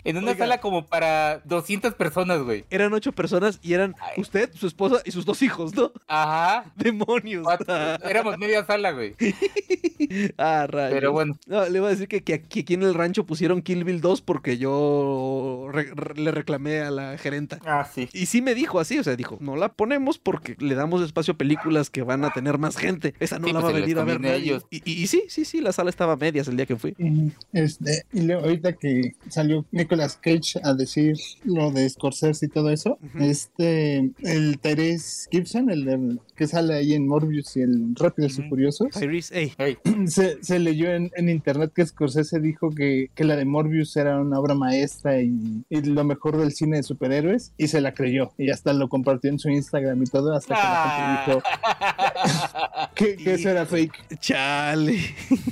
[SPEAKER 3] En una
[SPEAKER 1] Oiga.
[SPEAKER 3] sala como para 200 personas, güey.
[SPEAKER 1] Eran ocho personas y eran
[SPEAKER 3] Ay.
[SPEAKER 1] usted, su esposa y sus dos hijos, ¿no? *laughs*
[SPEAKER 3] Ajá.
[SPEAKER 1] Demonios.
[SPEAKER 3] Cuatro- Éramos media sala, güey.
[SPEAKER 1] *laughs* Ah, rayos.
[SPEAKER 3] Pero bueno.
[SPEAKER 1] No, le iba a decir que, que aquí aquí en el rancho pusieron Kill Bill 2 porque yo re- re- le reclamé a la gerenta.
[SPEAKER 3] Ah, sí.
[SPEAKER 1] Y sí me dijo así, o sea, dijo, no la ponemos porque le damos espacio a películas que van a tener más gente. Esa no
[SPEAKER 3] Sí,
[SPEAKER 1] la
[SPEAKER 3] pues,
[SPEAKER 1] va
[SPEAKER 3] se
[SPEAKER 1] a
[SPEAKER 3] les
[SPEAKER 1] venir a ver
[SPEAKER 3] conviene a
[SPEAKER 1] nadie".
[SPEAKER 3] ellos.
[SPEAKER 1] Y, y- y sí, sí, sí, la sala estaba a medias el día que fui.
[SPEAKER 2] Y, Este, y luego ahorita que salió Nicolas Cage a decir lo de Scorsese y todo eso,
[SPEAKER 1] Ujú.
[SPEAKER 2] este, el Therese Gibson, el, del- que sale ahí en Morbius y el Rápidos
[SPEAKER 3] Ujú.
[SPEAKER 2] y Furiosos,
[SPEAKER 1] Tyrese, ey,
[SPEAKER 3] Ey,
[SPEAKER 2] se, se leyó en, en internet que Scorsese dijo que, que la de Morbius era una obra maestra y, y lo mejor del cine de superhéroes y se la creyó y hasta lo compartió en su Instagram y todo hasta que la gente dijo *laughs* que, que eso era fake.
[SPEAKER 1] chale,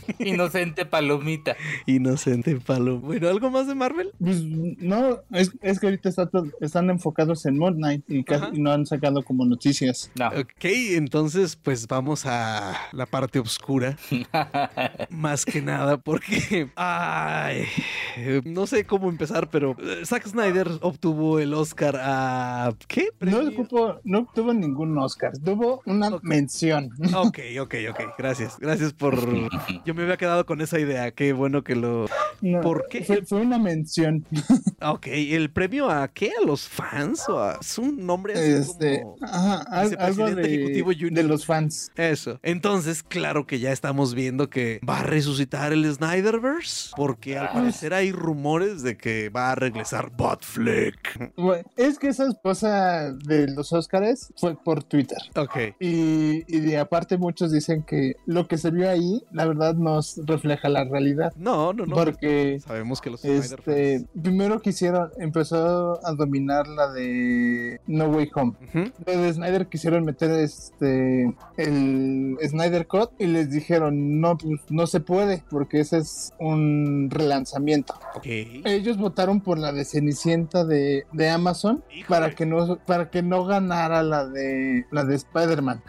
[SPEAKER 1] *laughs*
[SPEAKER 3] inocente palomita.
[SPEAKER 1] inocente palo. Bueno, ¿algo más de Marvel?
[SPEAKER 2] Pues no, es, es que ahorita está todo- están enfocados en Moon Knight y casi
[SPEAKER 1] Ajá.
[SPEAKER 2] no han sacado como noticias.
[SPEAKER 3] No.
[SPEAKER 1] Ok, entonces pues vamos a la parte oscura. Más que nada porque... Ay, no sé cómo empezar, pero eh, Zack Snyder obtuvo el Oscar a... ¿Qué?
[SPEAKER 2] No
[SPEAKER 1] Premio-
[SPEAKER 2] ocupó, no obtuvo ningún Oscar, tuvo una
[SPEAKER 1] Ok.
[SPEAKER 2] mención. *laughs*
[SPEAKER 1] Ok, ok, ok. Gracias. Gracias por. Yo me había quedado con esa idea. Qué bueno que lo.
[SPEAKER 2] No,
[SPEAKER 1] ¿Por qué?
[SPEAKER 2] Fue, fue una mención.
[SPEAKER 1] Ah, Ok, ¿el premio a qué? ¿A los fans? ¿O a... Es un nombre así
[SPEAKER 2] Este,
[SPEAKER 1] como.
[SPEAKER 2] ajá, al- algo
[SPEAKER 1] vicepresidente
[SPEAKER 2] de-
[SPEAKER 1] ejecutivo junior.
[SPEAKER 2] de los fans.
[SPEAKER 1] Eso. Entonces, claro que ya estamos viendo que va a resucitar el Snyderverse. Porque
[SPEAKER 2] Ah.
[SPEAKER 1] al parecer hay rumores de que va a regresar Botflick.
[SPEAKER 2] Bueno, es que esa esposa de los Óscares fue por Twitter.
[SPEAKER 1] Ok.
[SPEAKER 2] Y, y de aparte muchos dicen que lo que se vio ahí, la verdad, nos refleja la realidad.
[SPEAKER 1] No, no, no.
[SPEAKER 2] porque
[SPEAKER 1] Sabemos que los
[SPEAKER 2] este primero quisieron, empezó a dominar la de No Way Home.
[SPEAKER 1] Ujú.
[SPEAKER 2] Lo de Snyder quisieron meter este el Snyder Cut y les dijeron no pues, no se puede porque ese es un relanzamiento.
[SPEAKER 1] Ok.
[SPEAKER 2] Ellos votaron por la de Cenicienta de, de Amazon para
[SPEAKER 1] Híjole.
[SPEAKER 2] que no para que no ganara la de la de Spider-Man.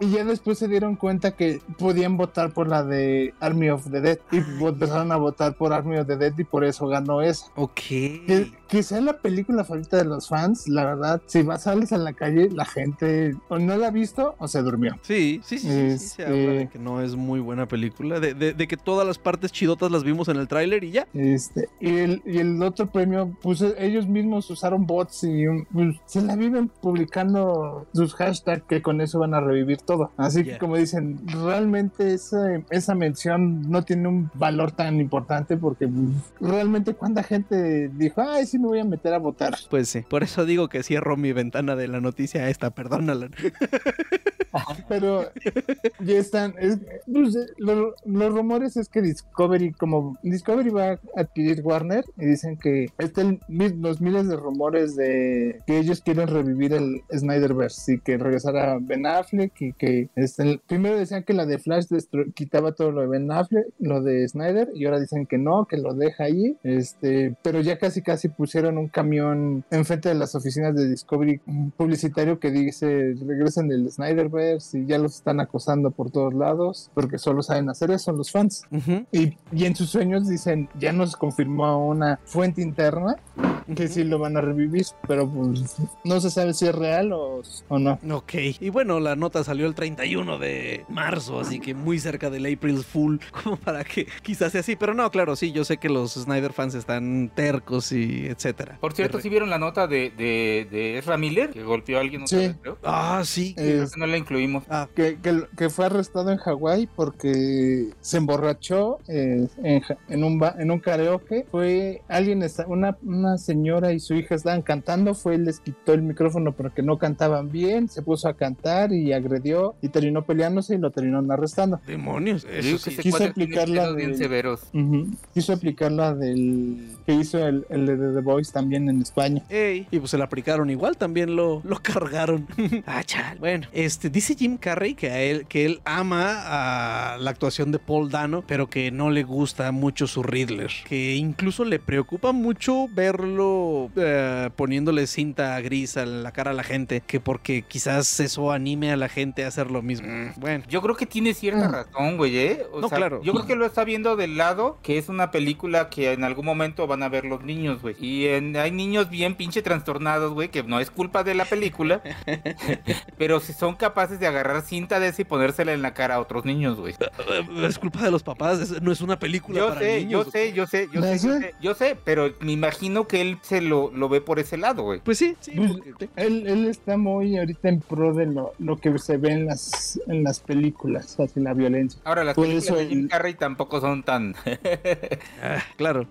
[SPEAKER 2] y ya después se dieron cuenta que podían votar por la de Army of the Dead y empezaron a votar por Army of the Dead y por eso ganó esa.
[SPEAKER 1] Ok.
[SPEAKER 2] Que, que sea la película favorita de los fans, la verdad, si vas sales a la calle, la gente o no la ha visto o se durmió.
[SPEAKER 1] Sí, sí, sí, sí, sí, se habla de
[SPEAKER 2] Este-
[SPEAKER 1] que no es muy buena película, de, de- de que todas las partes chidotas las vimos en el tráiler y ya.
[SPEAKER 2] Este, y, el, y el otro premio, pues e- ellos mismos usaron bots y um, pues, se la viven publicando sus hashtags que con eso van a revivir todo. Así
[SPEAKER 1] Ya.
[SPEAKER 2] que como dicen, realmente esa, esa mención no tiene un valor tan importante porque pues, realmente cuánta gente dijo, ay, sí me voy a meter a votar.
[SPEAKER 1] Pues sí, por eso digo que cierro mi ventana de la noticia esta, perdónala.
[SPEAKER 2] pero ya están. es- pues, eh, lo- los rumores es que Discovery, como Discovery va a adquirir Warner, y dicen que están mil- los miles de rumores de que ellos quieren revivir el Snyderverse y que regresara Ben Affleck y que este, primero decían que la de Flash destru- quitaba todo lo de Ben Affleck, lo de Snyder, y ahora dicen que no, que lo deja ahí. Este, pero ya casi casi pusieron un camión enfrente de las oficinas de Discovery mm, publicitario que dice regresen del Snyderverse y ya los están acosando por todos lados porque solo saben hacer eso los fans.
[SPEAKER 1] Ujú,
[SPEAKER 2] Y, y en sus sueños dicen, ya nos confirmó una fuente interna que
[SPEAKER 1] ujú.
[SPEAKER 2] sí lo van a revivir, pero pues no se sabe si es real o, o no.
[SPEAKER 1] Ok, y bueno, la nota salió el 31 de marzo, así que muy cerca del April Fool, *laughs* como para que quizás sea así, pero no, claro, sí, yo sé que los Snyder fans están tercos y etcétera.
[SPEAKER 3] Por cierto,
[SPEAKER 1] Pero-
[SPEAKER 3] ¿sí vieron la nota de, de, de Ezra Miller? Que golpeó a alguien otra
[SPEAKER 2] Sí.
[SPEAKER 3] vez, creo.
[SPEAKER 1] Ah, sí.
[SPEAKER 2] Es-
[SPEAKER 3] Esa no la incluimos.
[SPEAKER 1] Ah,
[SPEAKER 2] que, que- que fue arrestado en Hawái porque se emborrachó eh, en, ja- en un ba- en un karaoke. Fue alguien, esta- una, una señora y su hija estaban cantando, fue les quitó el micrófono porque no cantaban bien, se puso a cantar y agredió y terminó peleándose y lo terminaron arrestando.
[SPEAKER 1] demonios. Eso
[SPEAKER 3] Digo
[SPEAKER 1] sí.
[SPEAKER 3] ese
[SPEAKER 2] Quiso
[SPEAKER 3] cuate tiene
[SPEAKER 2] aplicar la
[SPEAKER 3] pedos bien
[SPEAKER 2] de-
[SPEAKER 3] severos.
[SPEAKER 2] Ujú. Quiso aplicar la del que hizo el, el de The Voice también en España.
[SPEAKER 1] Ey, Y pues se la aplicaron igual, también lo, lo cargaron. *laughs* ah, chal. Bueno, este, dice Jim Carrey que, a él, que él ama a la actuación de Paul Dano, pero que no le gusta mucho su Riddler. Que incluso le preocupa mucho verlo eh, poniéndole cinta gris a la cara a la gente, que porque quizás eso anime a la gente a hacer lo mismo. Mm, Bueno.
[SPEAKER 3] Yo creo que tiene cierta
[SPEAKER 2] Mm.
[SPEAKER 3] razón, güey, ¿eh? O
[SPEAKER 1] No,
[SPEAKER 3] sea,
[SPEAKER 1] claro.
[SPEAKER 3] Yo creo que lo está viendo del lado que es una película que en algún momento van a ver los niños, güey. Y en- hay niños bien pinche trastornados, güey, que no es culpa de la
[SPEAKER 1] *laughs*
[SPEAKER 3] película, pero si son capaces de agarrar cinta de esa y ponérsela en la cara a otros niños, güey.
[SPEAKER 1] eh, Es culpa de los papás, es- no es una película
[SPEAKER 3] Yo
[SPEAKER 1] para
[SPEAKER 3] sé, yo
[SPEAKER 1] niños.
[SPEAKER 3] sé, yo sé, yo sé, yo
[SPEAKER 2] ¿Nasa?
[SPEAKER 3] sé, yo sé, pero me imagino que él se lo, lo ve por ese lado, güey.
[SPEAKER 1] Pues sí, sí.
[SPEAKER 3] Mm.
[SPEAKER 2] Pues-
[SPEAKER 1] porque-
[SPEAKER 2] Él, él está muy ahorita en pro de lo, lo que se ve en las, en las películas, así la violencia.
[SPEAKER 3] Ahora, las
[SPEAKER 2] Por
[SPEAKER 3] películas
[SPEAKER 2] eso
[SPEAKER 3] de Jim
[SPEAKER 2] el-
[SPEAKER 3] Carrey tampoco son
[SPEAKER 1] *laughs*
[SPEAKER 3] tan...
[SPEAKER 1] Ah, claro.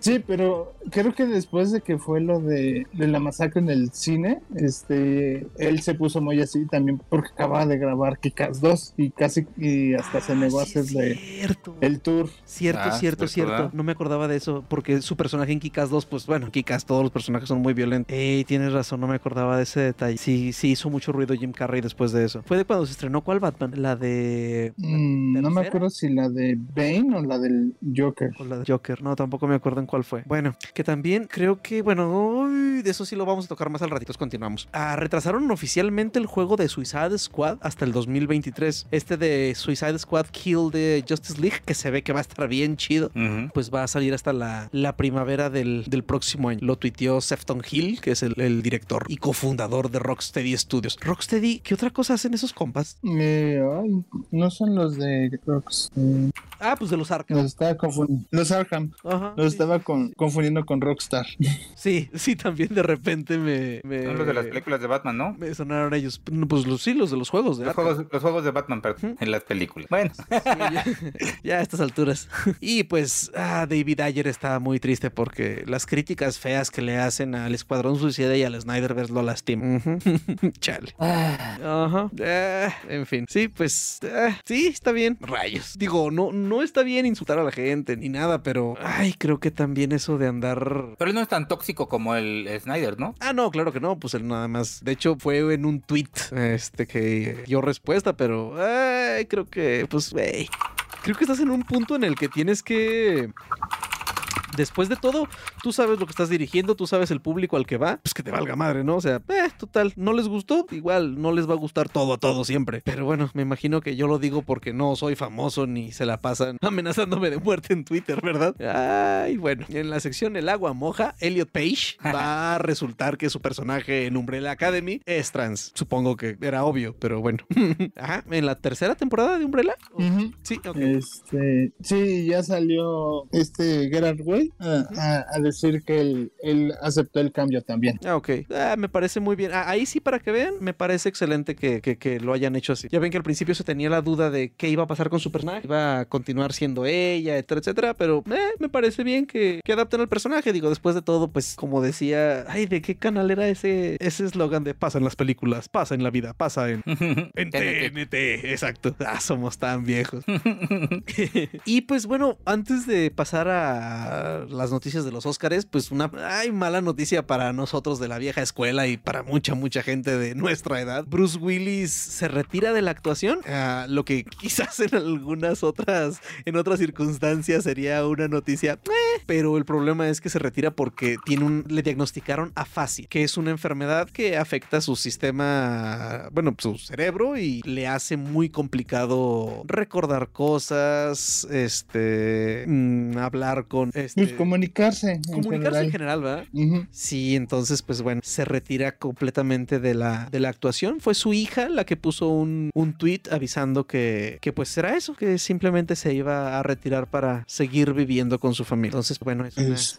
[SPEAKER 2] Sí, pero creo que después de que fue lo de, de la masacre en el cine, este, él se puso muy así también porque acababa de grabar Kikas 2 y casi y hasta se negó a
[SPEAKER 1] Ah, sí
[SPEAKER 2] hacer
[SPEAKER 1] es
[SPEAKER 2] de-
[SPEAKER 1] cierto.
[SPEAKER 2] el tour.
[SPEAKER 1] Cierto,
[SPEAKER 3] Ah,
[SPEAKER 1] cierto,
[SPEAKER 3] ¿verdad?
[SPEAKER 1] cierto. No me acordaba de eso, porque su personaje en Kikas 2, pues bueno, Kikas, todos los personajes son muy violentos. Ey, tienes razón, no me acordaba de ese detalle. Sí, sí, hizo mucho ruido Jim Carrey después de eso. ¿Fue de cuando se estrenó cuál Batman? La de.
[SPEAKER 2] Mm, no me
[SPEAKER 1] ¿Tercera?
[SPEAKER 2] acuerdo si la de Bane o la del Joker.
[SPEAKER 1] o la de Joker, no, tampoco me acuerdo en cuál fue. Bueno, que también creo que, bueno, uy, de eso sí lo vamos a tocar más al ratito, continuamos. Ah, retrasaron oficialmente el juego de Suicide Squad hasta el 2023. Este de Suicide Squad Kill de Justice League, que se ve que va a estar bien chido.
[SPEAKER 3] Ujú.
[SPEAKER 1] pues va a salir hasta la, la primavera del, del próximo año. Lo tuiteó Sefton Hill, que es el, el director y cofundador de Rocksteady Studios. Rocksteady, ¿qué otra cosa hacen esos compas?
[SPEAKER 2] Eh, ay, no son los de Rocks. eh,
[SPEAKER 1] Ah, pues de los Arkham.
[SPEAKER 2] los estaba confundiendo. Los Arkham.
[SPEAKER 1] Ajá,
[SPEAKER 2] Los
[SPEAKER 1] sí.
[SPEAKER 2] estaba con- confundiendo con Rockstar.
[SPEAKER 1] sí, sí, también de repente me... me-
[SPEAKER 3] Son los de las películas de Batman, ¿no?
[SPEAKER 1] Me sonaron ellos. Pues los sí, los de los juegos de
[SPEAKER 3] Los
[SPEAKER 1] Arkham.
[SPEAKER 3] juegos, los juegos de Batman, perdón,
[SPEAKER 1] Ujú.
[SPEAKER 3] en las películas. Bueno,
[SPEAKER 1] Sí, ya, ya a estas alturas. *laughs* Y pues ah, David Ayer está muy triste porque las críticas feas que le hacen al Escuadrón Suicida y al Snyderverse lo lastiman. Ujú. *laughs* Chale. Ajá. Eh, en fin. Sí, pues. eh, sí, está bien. Rayos. Digo, no, no está bien insultar a la gente ni nada, pero. Ay, creo que también eso de andar.
[SPEAKER 3] pero él no es tan tóxico como el Snyder, ¿no?
[SPEAKER 1] Ah, no, claro que no, pues él nada más. De hecho, fue en un tweet este que dio respuesta, pero ay, creo que, pues, güey. Creo que estás en un punto en el que tienes que. Después de todo, tú sabes lo que estás dirigiendo, tú sabes el público al que va, pues que te valga madre, ¿no? O sea, eh, total, no les gustó, igual no les va a gustar todo a todo siempre. Pero bueno, me imagino que yo lo digo porque no soy famoso ni se la pasan *laughs* amenazándome de muerte en Twitter, ¿verdad? Ay, bueno, en la sección El agua moja, Elliot Page va a resultar que su personaje en Umbrella Academy es trans. Supongo que era obvio, pero bueno. *laughs* Ajá, en la tercera
[SPEAKER 2] Mm.
[SPEAKER 1] temporada de Umbrella.
[SPEAKER 2] Ujú.
[SPEAKER 1] Sí, ok.
[SPEAKER 2] Este, sí, ya salió este Gerard Way Disney a, a- a decir que él, él aceptó el cambio también.
[SPEAKER 1] Ah, ok. Ah, me parece muy bien. Ah, ahí sí, para que vean, me parece excelente que, que- que lo hayan hecho así. Ya ven que al principio se tenía la duda de qué iba a pasar con su personaje. Iba a continuar siendo ella, etcétera, etcétera. Pero eh, me parece bien que, que adapten al personaje. Digo, después de todo, pues como decía, ay, ¿de qué canal era ese ese eslogan de pasa en las películas, pasa en la vida, pasa en... En
[SPEAKER 3] TNT.
[SPEAKER 1] TNT, exacto. *laughs* Ah, somos tan viejos. *laughs* Y pues bueno, antes de pasar a las noticias de los Óscares, pues una ay, mala noticia para nosotros de la vieja escuela y para mucha, mucha gente de nuestra edad. Bruce Willis se retira de la actuación, ah, lo que *laughs* quizás en algunas otras, en otras circunstancias sería una noticia, eh, pero el problema es que se retira porque tiene un, le diagnosticaron afasia, que es una enfermedad que afecta su sistema, bueno, su cerebro y le hace muy complicado recordar cosas, este, mm, hablar con,
[SPEAKER 2] Pues
[SPEAKER 1] este,
[SPEAKER 2] comunicarse en
[SPEAKER 1] comunicarse
[SPEAKER 2] general.
[SPEAKER 1] en general, ¿verdad?
[SPEAKER 2] Ujú.
[SPEAKER 1] Sí, entonces, pues bueno, se retira completamente de la, de la actuación. Fue su hija la que puso un, un tweet avisando que, que pues será eso, que simplemente se iba a retirar para seguir viviendo con su familia. Entonces, bueno, es una
[SPEAKER 2] Este,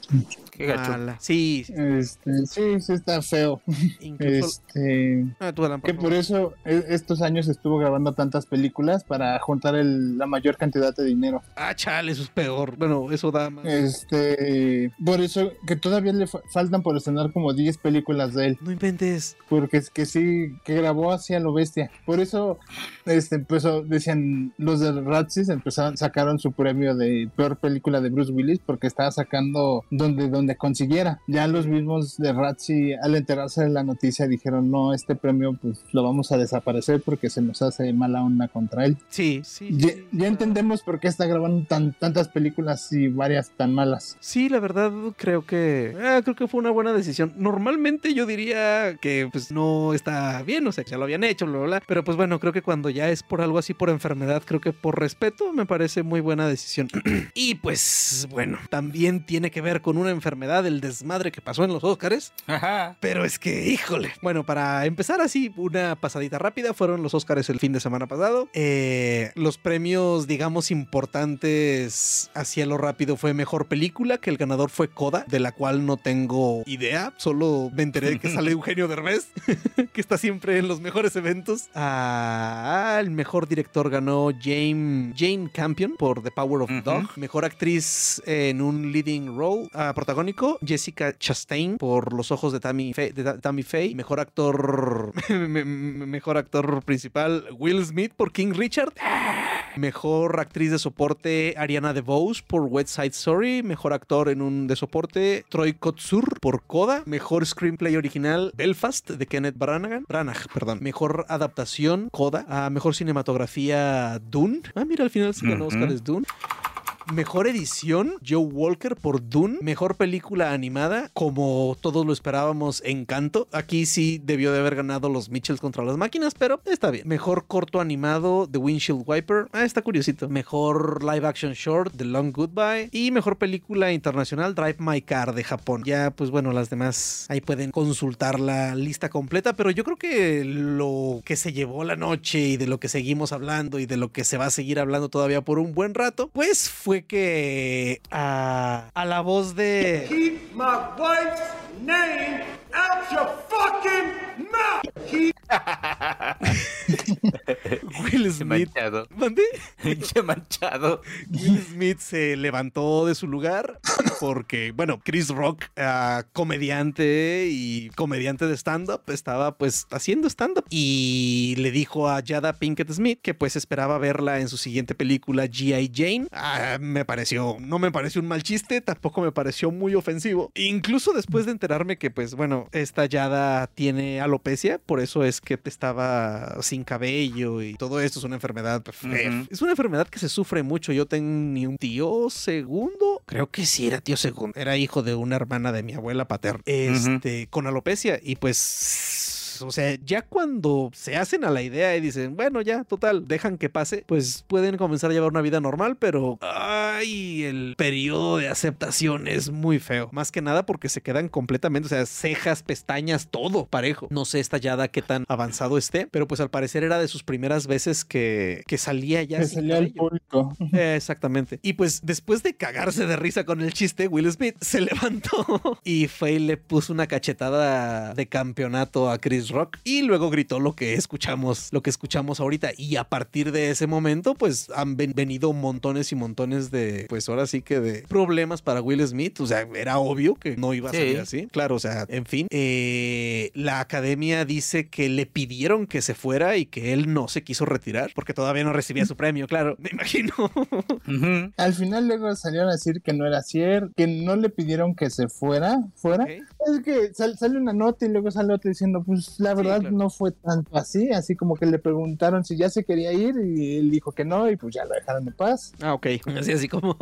[SPEAKER 3] Qué gacho.
[SPEAKER 1] mala. Sí,
[SPEAKER 2] este, sí, sí está feo.
[SPEAKER 1] incluso.
[SPEAKER 2] Este,
[SPEAKER 1] Ah, tú, Alan, por
[SPEAKER 2] que por
[SPEAKER 1] favor.
[SPEAKER 2] eso e- estos años estuvo grabando tantas películas para juntar el- la mayor cantidad de dinero.
[SPEAKER 1] Ah, chale, eso es peor. Bueno, eso da más.
[SPEAKER 2] Eh. Este, por eso que todavía le fa- faltan por estrenar como 10 películas de él,
[SPEAKER 1] No inventes.
[SPEAKER 2] porque es que sí, que grabó hacia lo bestia. Por eso, este, empezó, decían, los de Ratsis empezaron, sacaron su premio de peor película de Bruce Willis, porque estaba sacando donde, donde consiguiera. Ya los mismos de Ratsi, al enterarse de la noticia, dijeron, no, este premio, pues, lo vamos a desaparecer porque se nos hace mala onda contra él.
[SPEAKER 1] Sí, sí.
[SPEAKER 2] Ya,
[SPEAKER 1] sí,
[SPEAKER 2] ya
[SPEAKER 1] ah.
[SPEAKER 2] entendemos por qué está grabando tan, tantas películas y varias tan malas.
[SPEAKER 1] Sí, la verdad creo que ah, creo que fue una buena decisión. Normalmente yo diría que pues no está bien, o sea, que ya lo habían hecho, bla, bla, bla. Pero pues bueno, creo que cuando ya es por algo así, por enfermedad, creo que por respeto me parece muy buena decisión. *clears throat* y pues bueno, también tiene que ver con una enfermedad, el desmadre que pasó en los Óscares.
[SPEAKER 3] Ajá.
[SPEAKER 1] Pero es que, híjole. Bueno, para empezar así, una pasadita rápida. Fueron los Óscares el fin de semana pasado. Eh, los premios, digamos, importantes hacia lo rápido fue Mejor Película, que el ganador fue Coda, de la cual no tengo idea. Solo me enteré de que *laughs* sale Eugenio Derbez, *laughs* que está siempre en los mejores eventos. Ah, el mejor director ganó Jane, Jane Campion por The Power of the
[SPEAKER 3] Ujú.
[SPEAKER 1] Dog. Mejor actriz en un leading role ah, protagónico, Jessica Chastain por Los ojos de Tammy Faye. de Ta- Tammy Faye. Mejor actor *laughs* me- me- mejor actor principal, Will Smith por King Richard. Mejor actriz de soporte, Ariana DeBose por West Side Story. Mejor actor en un de soporte, Troy Kotsur por Coda. Mejor screenplay original, Belfast de Kenneth Branagh. Branagh, perdón. Mejor adaptación, Coda. Ah, mejor cinematografía, Dune. Ah, mira, al final se ganó
[SPEAKER 3] Ujú.
[SPEAKER 1] Oscar es Dune. Mejor edición, Joe Walker por Dune. Mejor película animada, como todos lo esperábamos, Encanto. Aquí sí debió de haber ganado los Mitchells contra las máquinas, pero está bien. Mejor corto animado, The Windshield Wiper. Ah, está curiosito. Mejor live action short, The Long Goodbye. Y mejor película internacional, Drive My Car de Japón. Ya, pues bueno, las demás ahí pueden consultar la lista completa, pero yo creo que lo que se llevó la noche y de lo que seguimos hablando y de lo que se va a seguir hablando todavía por un buen rato, pues fue que a, a la voz de...
[SPEAKER 4] Keep my wife's name out your fucking mouth! Keep
[SPEAKER 1] Will
[SPEAKER 3] Qué
[SPEAKER 1] Smith.
[SPEAKER 3] manchado. *laughs*
[SPEAKER 1] ¿Mandé?
[SPEAKER 3] Qué manchado.
[SPEAKER 1] Will Smith se levantó de su lugar porque, bueno, Chris Rock, ah, comediante y comediante de stand-up, estaba pues haciendo stand-up y le dijo a Jada Pinkett Smith que pues esperaba verla en su siguiente película G.I. Jane. Ah, me pareció, no me pareció un mal chiste, tampoco me pareció muy ofensivo. Incluso después de enterarme que pues bueno, esta Yada tiene alopecia, por eso es que estaba sin cabello y todo esto es una enfermedad pues, fea.
[SPEAKER 3] Ujú.
[SPEAKER 1] Es una enfermedad que se sufre mucho. Yo tenía un tío segundo. Creo que sí era tío segundo. Era hijo de una hermana de mi abuela paterna. Este, con alopecia. Y pues pues, o sea, ya cuando se hacen a la idea y dicen, bueno, ya, total, dejan que pase, pues pueden comenzar a llevar una vida normal, pero, ay, el periodo de aceptación es muy feo. Más que nada porque se quedan completamente, o sea, cejas, pestañas, todo parejo. No sé estallada qué tan avanzado esté, pero pues al parecer era de sus primeras veces que, que salía ya.
[SPEAKER 2] Que
[SPEAKER 1] sin
[SPEAKER 2] salió al
[SPEAKER 1] cabello.
[SPEAKER 2] público.
[SPEAKER 1] Eh, *laughs* Exactamente. Y pues después de cagarse de risa con el chiste, Will Smith se *laughs* levantó y fue y le puso una cachetada de campeonato a Chris Rock y luego gritó lo que escuchamos, lo que escuchamos ahorita. Y a partir de ese momento, pues han ven- venido montones y montones de, pues ahora sí que de problemas para Will Smith. O sea, era obvio que no iba a
[SPEAKER 3] Sí.
[SPEAKER 1] salir así. Claro, o sea, en fin. Eh, la academia dice que le pidieron que se fuera y que él no se quiso retirar porque todavía no recibía su premio, claro. Me imagino.
[SPEAKER 3] Ujú.
[SPEAKER 2] Al final luego salieron a decir que no era cierto, que no le pidieron que se fuera, fuera.
[SPEAKER 1] Ok.
[SPEAKER 2] Es que sal- sale una nota y luego sale otra diciendo, pues la verdad
[SPEAKER 1] claro.
[SPEAKER 2] no fue tanto así, así como que le preguntaron si ya se quería ir y él dijo que no y pues ya lo dejaron de paz.
[SPEAKER 1] Ah, ok. *laughs* Así, así como,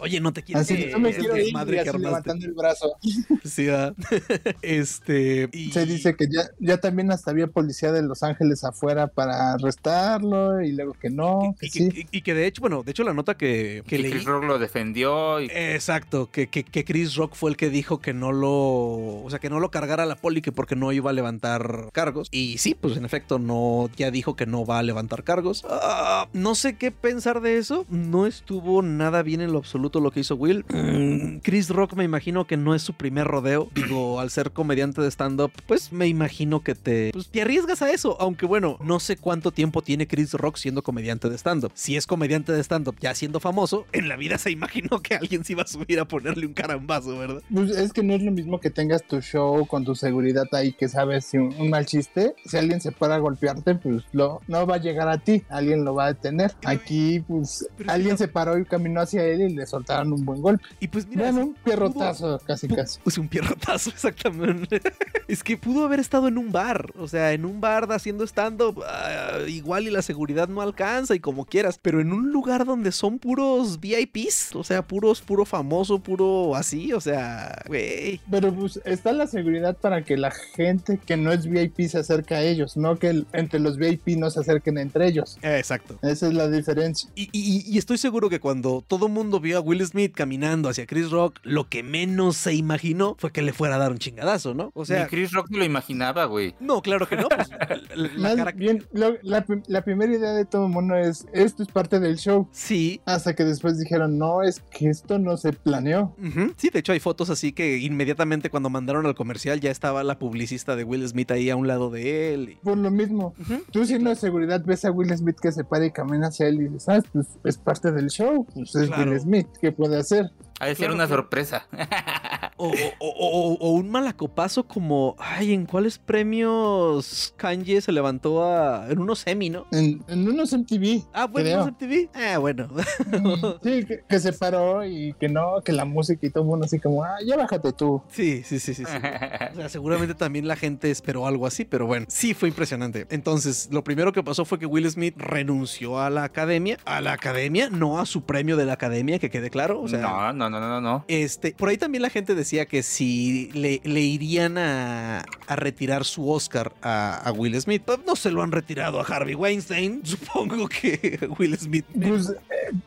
[SPEAKER 1] oye, no te quieres
[SPEAKER 2] Así
[SPEAKER 1] ir,
[SPEAKER 2] no me
[SPEAKER 1] es
[SPEAKER 2] quiero ir
[SPEAKER 1] desmadre
[SPEAKER 2] y así
[SPEAKER 1] que armaste".
[SPEAKER 2] levantando el brazo.
[SPEAKER 1] *laughs* Sí, ¿verdad? *laughs* este. y-
[SPEAKER 2] Se dice que ya, ya también hasta había policía de Los Ángeles afuera para arrestarlo y luego que no, que
[SPEAKER 1] y que,
[SPEAKER 2] sí.
[SPEAKER 1] y- y que de hecho, bueno, de hecho la nota que, que
[SPEAKER 3] Y
[SPEAKER 1] leí. Eh,
[SPEAKER 3] Chris Rock lo defendió. Y...
[SPEAKER 1] Exacto, que, que, que Chris Rock fue el que dijo que no lo, o sea, que no lo cargara la poli que porque no iba a levantar cargos. Y sí, pues en efecto, no, ya dijo que no va a levantar cargos. Ah, no sé qué pensar de eso. No estuvo nada bien en lo absoluto lo que hizo Will. Mm, Chris Rock me imagino que no es su primer rodeo. *clears throat* Digo, al ser comediante de stand-up, pues me imagino que te, pues, te arriesgas a eso. Aunque bueno, no sé cuánto tiempo tiene Chris Rock siendo comediante de stand-up. Si es comediante de stand-up ya siendo famoso, en la vida se imaginó que alguien se iba a subir a ponerle un carambazo, ¿verdad?
[SPEAKER 2] Pues es que no es lo mismo que tengas tu show con tu seguridad ahí que sabes si un, un mal chiste, si alguien se para a golpearte, pues lo, no va a llegar a ti, alguien lo va a detener. Aquí, pues,
[SPEAKER 1] Pero
[SPEAKER 2] alguien
[SPEAKER 1] mira-
[SPEAKER 2] se paró y caminó hacia él y le soltaron un buen golpe.
[SPEAKER 1] Y pues mira,
[SPEAKER 2] bueno, un pierrotazo, casi casi.
[SPEAKER 1] Pues un pierrotazo, *laughs* exactamente. es que pudo haber estado en un bar, o sea, en un bar haciendo stand-up, ah, igual y la seguridad no alcanza y como quieras, pero en un lugar donde son puros VIPs, o sea, puros, puro famoso, puro así, o sea, güey.
[SPEAKER 2] Pero pues está la seguridad para que la gente que no es VIP se acerque a ellos, no que el- entre los VIP no se acerquen entre ellos.
[SPEAKER 1] Eh, Exacto.
[SPEAKER 2] Esa es la diferencia.
[SPEAKER 1] Y, y- y estoy seguro que cuando todo mundo vio a Will Smith caminando hacia Chris Rock, lo que menos se imaginó fue que le fuera a dar un chingadazo, ¿no? O sea,
[SPEAKER 3] Ni Chris Rock lo imaginaba, güey.
[SPEAKER 1] no, claro que no. *laughs* pues, la, la
[SPEAKER 2] Más
[SPEAKER 1] cara-
[SPEAKER 2] bien, lo- la, prim- la primera idea de todo el mundo es, esto es parte del show.
[SPEAKER 1] Sí,
[SPEAKER 2] Hasta que después dijeron, no, es que esto no se planeó.
[SPEAKER 1] Ujú. Sí, de hecho hay fotos así que inmediatamente cuando mandaron al comercial ya estaba la publicista de Will Smith ahí a un lado de él.
[SPEAKER 2] Por lo mismo,
[SPEAKER 1] Ujú.
[SPEAKER 2] tú siendo de seguridad ves a Will Smith que se para y camina hacia él y dices, ah, pues es parte del show, pues es
[SPEAKER 1] Claro.
[SPEAKER 2] Will Smith, ¿qué puede hacer?
[SPEAKER 3] Ha de ser
[SPEAKER 1] Claro,
[SPEAKER 3] una
[SPEAKER 1] claro.
[SPEAKER 3] sorpresa.
[SPEAKER 1] O, o- o- o- o un malacopazo como, ay, ¿en cuáles premios Kanye se levantó a... en unos semi, ¿no?
[SPEAKER 2] En, en unos MTV.
[SPEAKER 1] Ah, bueno,
[SPEAKER 2] creo.
[SPEAKER 1] unos MTV. Ah, bueno. *laughs*
[SPEAKER 2] Sí, que, que se paró y que no, que la música y todo el mundo así como, ah, ya bájate tú.
[SPEAKER 1] Sí, sí, sí, sí. sí. O sea, seguramente también la gente esperó algo así, pero bueno, sí fue impresionante. Entonces, lo primero que pasó fue que Will Smith renunció a la academia, a la academia, no a su premio de la academia, que quede claro. *laughs* O
[SPEAKER 3] *laughs* no,
[SPEAKER 1] sea,
[SPEAKER 3] no, no, no, no.
[SPEAKER 1] Este, por ahí también la gente decía que si le, le irían a, a retirar su Oscar a, a Will Smith. Pues No se lo han retirado a Harvey Weinstein. *laughs* Supongo que *laughs* Will Smith.
[SPEAKER 2] Pues, eh,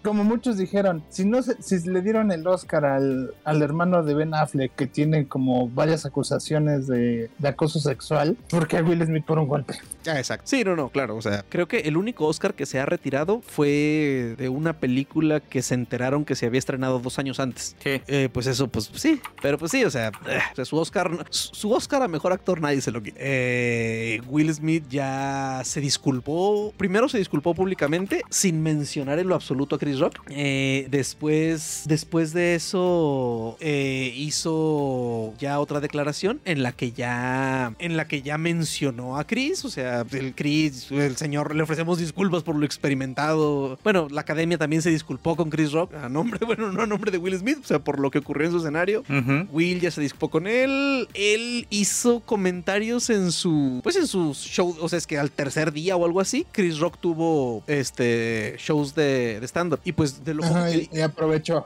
[SPEAKER 2] como muchos dijeron, si no se- si le dieron el Oscar al, al hermano de Ben Affleck, que tiene como varias acusaciones de, de acoso sexual, ¿por qué a Will Smith por un golpe?
[SPEAKER 1] Ah, exacto. Sí, no, no, claro. O sea, creo que el único Oscar que se ha retirado fue de una película que se enteraron que se había estrenado dos años antes.
[SPEAKER 3] Sí.
[SPEAKER 1] Eh, pues eso, pues sí. Pero pues sí, o sea, eh, o sea, su Oscar, su Oscar a mejor actor nadie se lo quita. Eh, Will Smith ya se disculpó. Primero se disculpó públicamente sin mencionar en lo absoluto a Chris Rock. Eh, después, después de eso, eh, hizo ya otra declaración en la que ya, en la que ya mencionó a Chris. O sea, el Chris, el señor, le ofrecemos disculpas por lo experimentado. Bueno, la academia también se disculpó con Chris Rock a nombre, *laughs* bueno, no a nombre de Will Smith, o sea, por lo que ocurrió en su escenario.
[SPEAKER 3] Ujú.
[SPEAKER 1] Will ya se disculpó con él. Él hizo comentarios en su. Pues en sus shows. O sea, es que al tercer día o algo así, Chris Rock tuvo este shows de, de stand-up. Y pues de lo poco
[SPEAKER 2] Ajá,
[SPEAKER 1] que
[SPEAKER 2] y,
[SPEAKER 1] di-
[SPEAKER 2] y aprovechó.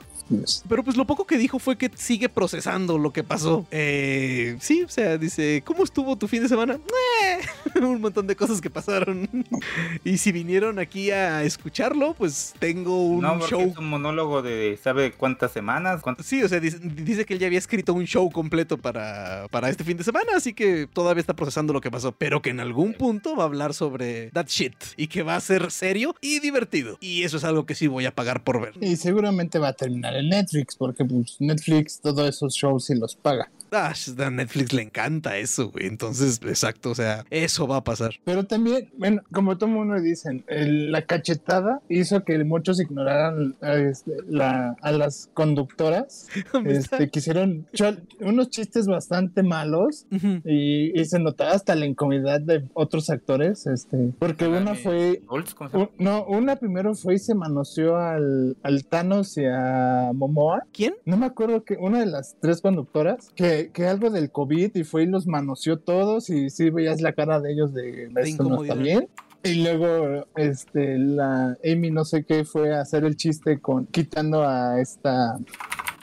[SPEAKER 1] pero pues lo poco que dijo fue que sigue procesando lo que pasó. Eh, sí, o sea, dice, ¿cómo estuvo tu fin de semana? Eh, *laughs* un montón de cosas que pasaron. *laughs* y si vinieron aquí a escucharlo, pues tengo un
[SPEAKER 3] no, porque
[SPEAKER 1] show
[SPEAKER 3] es un monólogo de sabe cuántas semanas, cuántas
[SPEAKER 1] Sí, o sea, dice, dice que él ya había escrito un show completo para, para este fin de semana, así que todavía está procesando lo que pasó, pero que en algún punto va a hablar sobre that shit y que va a ser serio y divertido. Y eso es algo que sí voy a pagar por ver.
[SPEAKER 2] Y seguramente va a terminar en Netflix, porque pues, Netflix todos esos shows sí los paga.
[SPEAKER 1] Ah, a Netflix le encanta eso, güey. Entonces, exacto, o sea, eso va a pasar. *laughs*
[SPEAKER 2] Pero también, bueno, como todo mundo dicen, el- la cachetada hizo que muchos ignoraran a, este, la- a las conductoras,
[SPEAKER 1] Me está-
[SPEAKER 2] este, que hicieron cho- unos chistes bastante malos
[SPEAKER 1] Ujú.
[SPEAKER 2] y, y se notaba hasta la incomodidad de otros actores, este, porque
[SPEAKER 3] Ah,
[SPEAKER 2] una
[SPEAKER 3] eh.
[SPEAKER 2] fue...
[SPEAKER 3] Olds, ¿cómo se
[SPEAKER 2] u-
[SPEAKER 3] llama?
[SPEAKER 2] No, una primero fue y se manoseó al, al Thanos y a Momoa.
[SPEAKER 1] ¿Quién?
[SPEAKER 2] No me acuerdo que una de las tres conductoras, que, que algo del COVID y fue y los manoseó todos y sí veías la cara de ellos de, esto no está
[SPEAKER 1] incomodidad.
[SPEAKER 2] bien. Y luego este, la Amy no sé qué fue a hacer el chiste con quitando a esta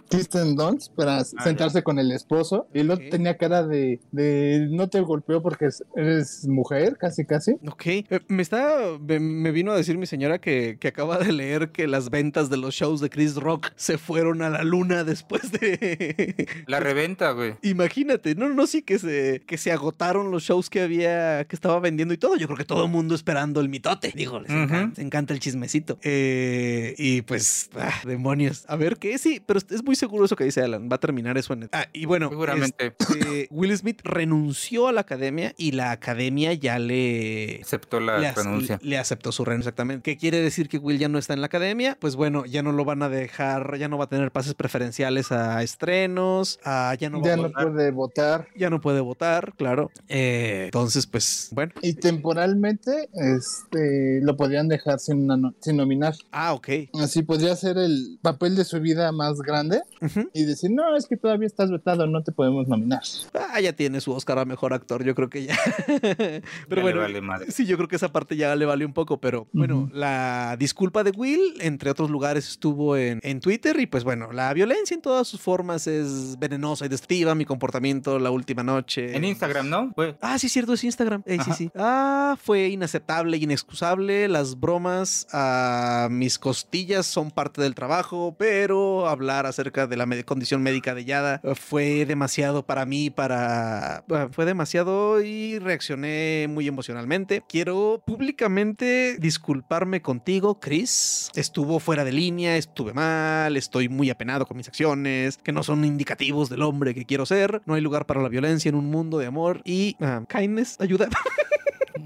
[SPEAKER 2] Kristen Dunst para sentarse con el esposo y luego
[SPEAKER 1] Ah, Ok.
[SPEAKER 2] tenía cara de, de no te golpeó porque es- eres mujer, casi casi.
[SPEAKER 1] Ok, Eh, me está, me, me vino a decir mi señora que, que acaba de leer que las ventas de los shows de Chris Rock se fueron a la luna después de,
[SPEAKER 3] La reventa, güey.
[SPEAKER 1] Imagínate, no, no, sí que se, que se agotaron los shows que había, que estaba vendiendo y todo. Yo creo que todo el mundo esperando el mitote. Digo, les
[SPEAKER 3] Ujú.
[SPEAKER 1] encanta, encanta el chismecito. Eh, y pues, ah, demonios. A ver qué, sí, pero es muy seguro eso que dice Alan. Va a terminar eso en el- Ah, y bueno,
[SPEAKER 3] Seguramente.
[SPEAKER 1] este, Will Smith renunció a la academia y la academia ya le
[SPEAKER 3] Aceptó la
[SPEAKER 1] le, ac-
[SPEAKER 3] Ah, renuncia.
[SPEAKER 1] le aceptó su renuncia, exactamente. ¿Qué quiere decir que Will ya no está en la academia? Pues bueno, ya no lo van a dejar, ya no va a tener pases preferenciales a estrenos, a- ya no va
[SPEAKER 2] ya
[SPEAKER 1] a
[SPEAKER 2] no
[SPEAKER 1] votar.
[SPEAKER 2] puede votar.
[SPEAKER 1] Ya no puede votar, claro. Eh, entonces, pues, bueno.
[SPEAKER 2] Y temporalmente este, lo podían dejar sin, nano- sin nominar.
[SPEAKER 1] Ah, ok.
[SPEAKER 2] Así podría ser el papel de su vida más grande
[SPEAKER 1] Ujú.
[SPEAKER 2] y decir, no, es que todavía estás vetado, no te podemos nominar.
[SPEAKER 1] Ah, ya tiene su Oscar a mejor actor, yo creo que ya. *laughs* Pero
[SPEAKER 3] Ya le
[SPEAKER 1] bueno,
[SPEAKER 3] vale madre.
[SPEAKER 1] Sí, yo creo que esa parte ya le vale un poco, pero bueno,
[SPEAKER 2] Ujú.
[SPEAKER 1] la disculpa de Will, entre otros lugares, estuvo en, en Twitter y pues bueno, la violencia en todas sus formas es venenosa y destructiva, mi comportamiento la última noche.
[SPEAKER 3] En Instagram, ¿no? Güey.
[SPEAKER 1] Ah, sí, es cierto, es Instagram. Eh, sí,
[SPEAKER 3] Ajá.
[SPEAKER 1] sí. Ah, fue inaceptable y inexcusable. Las bromas a mis costillas son parte del trabajo, pero hablar acerca de la me- condición médica de Yada eh, fue demasiado para mí, para... bueno, fue demasiado y reaccioné muy emocionalmente. Quiero públicamente disculparme contigo, Chris. Estuvo fuera de línea, estuve mal, estoy muy apenado con mis acciones, que no son indicativos del hombre que quiero ser. No hay lugar para la violencia en un mundo de amor y ah, kindness ayuda. *laughs*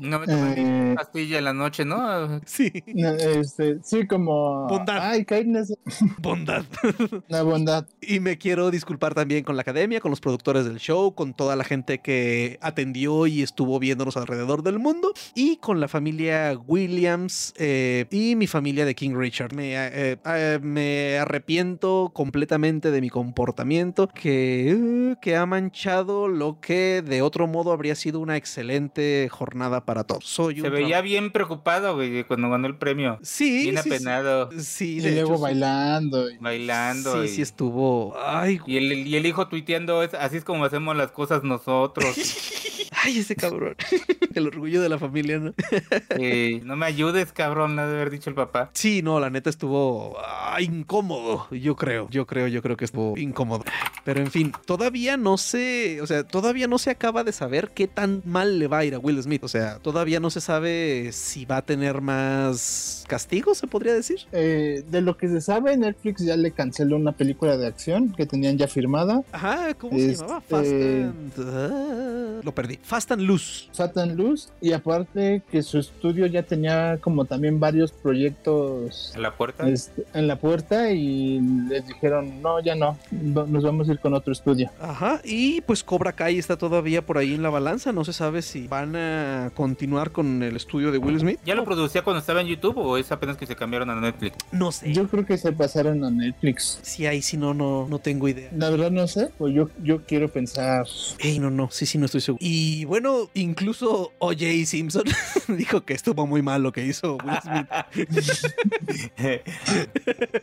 [SPEAKER 3] No me tomé
[SPEAKER 2] Eh,
[SPEAKER 3] pastilla en la noche, ¿no?
[SPEAKER 1] sí,
[SPEAKER 2] no, este, sí, como...
[SPEAKER 1] Bondad.
[SPEAKER 2] Ay, kindness,
[SPEAKER 1] bondad.
[SPEAKER 2] la bondad.
[SPEAKER 1] Y me quiero disculpar también con la academia, con los productores del show, con toda la gente que atendió y estuvo viéndonos alrededor del mundo y con la familia Williams eh, y mi familia de King Richard. Me, eh, eh, me arrepiento completamente de mi comportamiento que, eh, que ha manchado lo que de otro modo habría sido una excelente jornada para todos. Soy un
[SPEAKER 3] Se veía
[SPEAKER 1] traba-
[SPEAKER 3] bien preocupado, güey, cuando ganó el premio.
[SPEAKER 1] sí,
[SPEAKER 3] Bien
[SPEAKER 1] sí, sí.
[SPEAKER 3] apenado,
[SPEAKER 1] Sí,
[SPEAKER 2] Y,
[SPEAKER 1] de
[SPEAKER 2] luego
[SPEAKER 1] hecho, sí.
[SPEAKER 2] bailando. y-
[SPEAKER 3] bailando.
[SPEAKER 1] Sí,
[SPEAKER 3] y...
[SPEAKER 1] sí estuvo. Ay, güey.
[SPEAKER 3] Y el, y el hijo tuiteando, es, así es como hacemos las cosas
[SPEAKER 1] *laughs*
[SPEAKER 3] nosotros.
[SPEAKER 1] Ay, ese cabrón. *laughs* El orgullo de la familia, ¿no?
[SPEAKER 3] Eh, no me ayudes, cabrón, ha de haber dicho el papá.
[SPEAKER 1] Sí, no, la neta estuvo ah, incómodo, yo creo, yo creo, yo creo que estuvo incómodo. Pero en fin, todavía no sé, o sea, todavía no se acaba de saber qué tan mal le va a ir a Will Smith. O sea, todavía no se sabe si va a tener más castigos, se podría decir.
[SPEAKER 2] Eh, de lo que se sabe, Netflix ya le canceló una película de acción que tenían ya firmada,
[SPEAKER 1] Ajá, ¿cómo se
[SPEAKER 2] Este-
[SPEAKER 1] llamaba? Fast and... ah, lo perdí. Fast and Loose.
[SPEAKER 2] Satan Luz, y aparte que su estudio ya tenía como también varios proyectos
[SPEAKER 3] A la puerta.
[SPEAKER 2] este, en la puerta y les dijeron, no, ya no, no- nos vamos a ir con otro estudio.
[SPEAKER 1] Ajá, y pues Cobra Kai está todavía por ahí en la balanza. No se sabe si van a continuar con el estudio de Will Smith.
[SPEAKER 3] ¿Ya lo producía cuando estaba en YouTube o es apenas que se cambiaron a
[SPEAKER 1] *laughs*
[SPEAKER 3] Netflix?
[SPEAKER 1] No sé.
[SPEAKER 2] Yo creo que se pasaron a Netflix.
[SPEAKER 1] Si hay, si no, no, no tengo idea.
[SPEAKER 2] La verdad no sé, pues yo, yo quiero pensar.
[SPEAKER 1] Ey, no, no, sí, sí, no estoy seguro. Y Y bueno, incluso O.J. Simpson *laughs* dijo que estuvo muy mal lo que hizo Will Smith.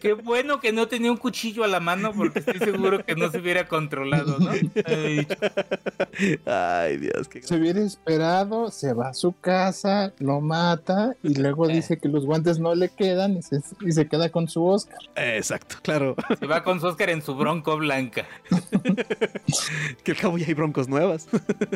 [SPEAKER 3] Qué bueno que no tenía un cuchillo a la mano porque estoy seguro que no se hubiera controlado,
[SPEAKER 1] *laughs*
[SPEAKER 3] ¿no? Ay,
[SPEAKER 1] Ay, Dios, qué
[SPEAKER 2] Se hubiera esperado, se va a su casa, lo mata
[SPEAKER 3] Pues,
[SPEAKER 2] y
[SPEAKER 3] eh.
[SPEAKER 2] luego dice que los guantes no le quedan y se, y se queda con su Oscar.
[SPEAKER 1] Exacto, claro. *laughs*
[SPEAKER 3] se va con su Oscar en su bronco blanca.
[SPEAKER 1] Que al cabo ya hay broncos nuevas.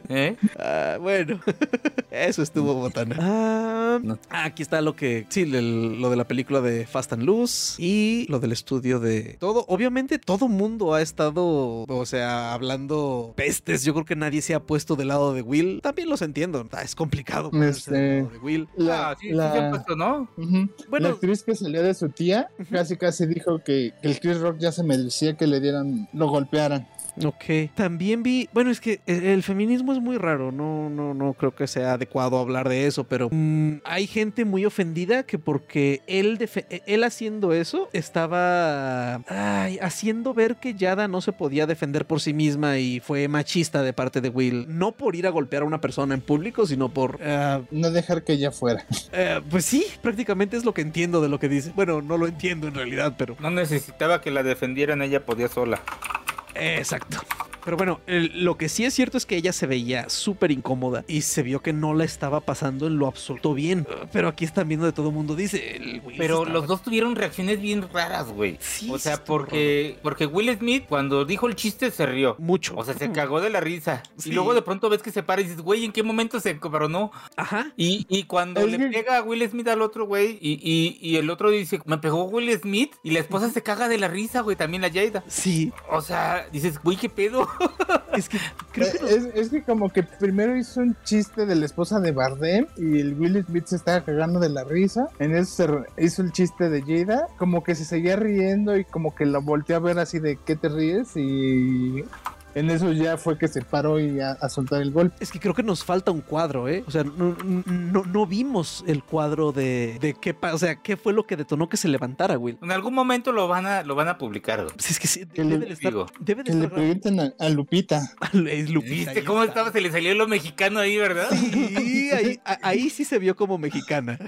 [SPEAKER 3] ¿eh?
[SPEAKER 1] Ah, bueno, *laughs* eso estuvo botana. Ah,
[SPEAKER 3] No.
[SPEAKER 1] aquí está lo que, sí, el- lo de la película de Fast and Loose y lo del estudio de todo. Obviamente todo mundo ha estado, o sea, hablando pestes. Yo creo que nadie se ha puesto del lado de Will. También los entiendo. Ah, Es complicado ponerse del
[SPEAKER 2] Este,
[SPEAKER 1] lado de Will.
[SPEAKER 2] La,
[SPEAKER 3] Ah, sí, sí
[SPEAKER 2] la-
[SPEAKER 3] se han puesto, ¿no?
[SPEAKER 2] Ujú.
[SPEAKER 1] Bueno.
[SPEAKER 2] La actriz que salió de su tía casi casi dijo que, que el Chris Rock ya se merecía que le dieran, lo golpearan.
[SPEAKER 1] Ok. También vi, bueno, es que e, el, el feminismo es muy raro, no, no, no creo que sea adecuado hablar de eso, pero mm, hay gente muy ofendida que porque él, defe- e, él haciendo eso estaba ay, haciendo ver que Yada no se podía defender por sí misma y fue machista de parte de Will, no por ir a golpear a una persona en público, sino por... ah,
[SPEAKER 2] No dejar que ella fuera.
[SPEAKER 1] eh, pues sí, prácticamente es lo que entiendo de lo que dice. Bueno, no lo entiendo en realidad, pero...
[SPEAKER 3] No necesitaba que la defendieran, ella podía sola.
[SPEAKER 1] Exacto. Pero bueno, el- lo que sí es cierto es que ella se veía súper incómoda y se vio que no la estaba pasando en lo absoluto bien. Uh, Pero aquí están viendo de todo el mundo, dice el Will
[SPEAKER 3] Pero
[SPEAKER 1] estaba-
[SPEAKER 3] los dos tuvieron reacciones bien raras, güey.
[SPEAKER 1] Sí,
[SPEAKER 3] O
[SPEAKER 1] sí,
[SPEAKER 3] sea,
[SPEAKER 1] estuvo
[SPEAKER 3] porque, porque Will Smith cuando dijo el chiste se rió.
[SPEAKER 1] Mucho.
[SPEAKER 3] O sea, se cagó de la risa.
[SPEAKER 1] Mm. Sí.
[SPEAKER 3] Y luego de pronto ves que se para y dices, güey, ¿en qué momento se no
[SPEAKER 1] Ajá.
[SPEAKER 3] Y, y cuando
[SPEAKER 2] Es
[SPEAKER 3] le
[SPEAKER 2] que-
[SPEAKER 3] pega a Will Smith al otro, güey, y, y, y el otro dice, me pegó Will Smith, y la esposa se caga de la risa, güey, también la Yaida.
[SPEAKER 1] Sí.
[SPEAKER 3] O sea, dices, güey, ¿qué pedo?
[SPEAKER 1] Es que creo que
[SPEAKER 2] Eh, es, es que como que primero hizo un chiste de la esposa de Bardem y el Will Smith se estaba cagando de la risa. En eso se re- hizo el chiste de Jada, como que se seguía riendo y como que lo volteó a ver así de ¿qué te ríes? Y en eso ya fue que se paró y a, a soltar el golpe.
[SPEAKER 1] Es que creo que nos falta un cuadro, ¿eh? O sea, no, no, no vimos el cuadro de, de qué, pa- o sea, qué fue lo que detonó que se levantara, Will.
[SPEAKER 3] En algún momento lo van a, lo van a publicar, güey.
[SPEAKER 1] Pues es que sí,
[SPEAKER 2] Que
[SPEAKER 1] debe
[SPEAKER 2] le
[SPEAKER 1] de estar.
[SPEAKER 3] digo,
[SPEAKER 1] Debe de
[SPEAKER 2] Que le
[SPEAKER 1] estar. *laughs*
[SPEAKER 2] preguntan a, a Lupita.
[SPEAKER 1] Es Lupita,
[SPEAKER 3] ¿Viste
[SPEAKER 1] ahí
[SPEAKER 3] cómo
[SPEAKER 1] está.
[SPEAKER 3] estaba? Se le salió lo mexicano ahí, ¿verdad?
[SPEAKER 1] Sí, ahí, a- ahí sí se vio como mexicana.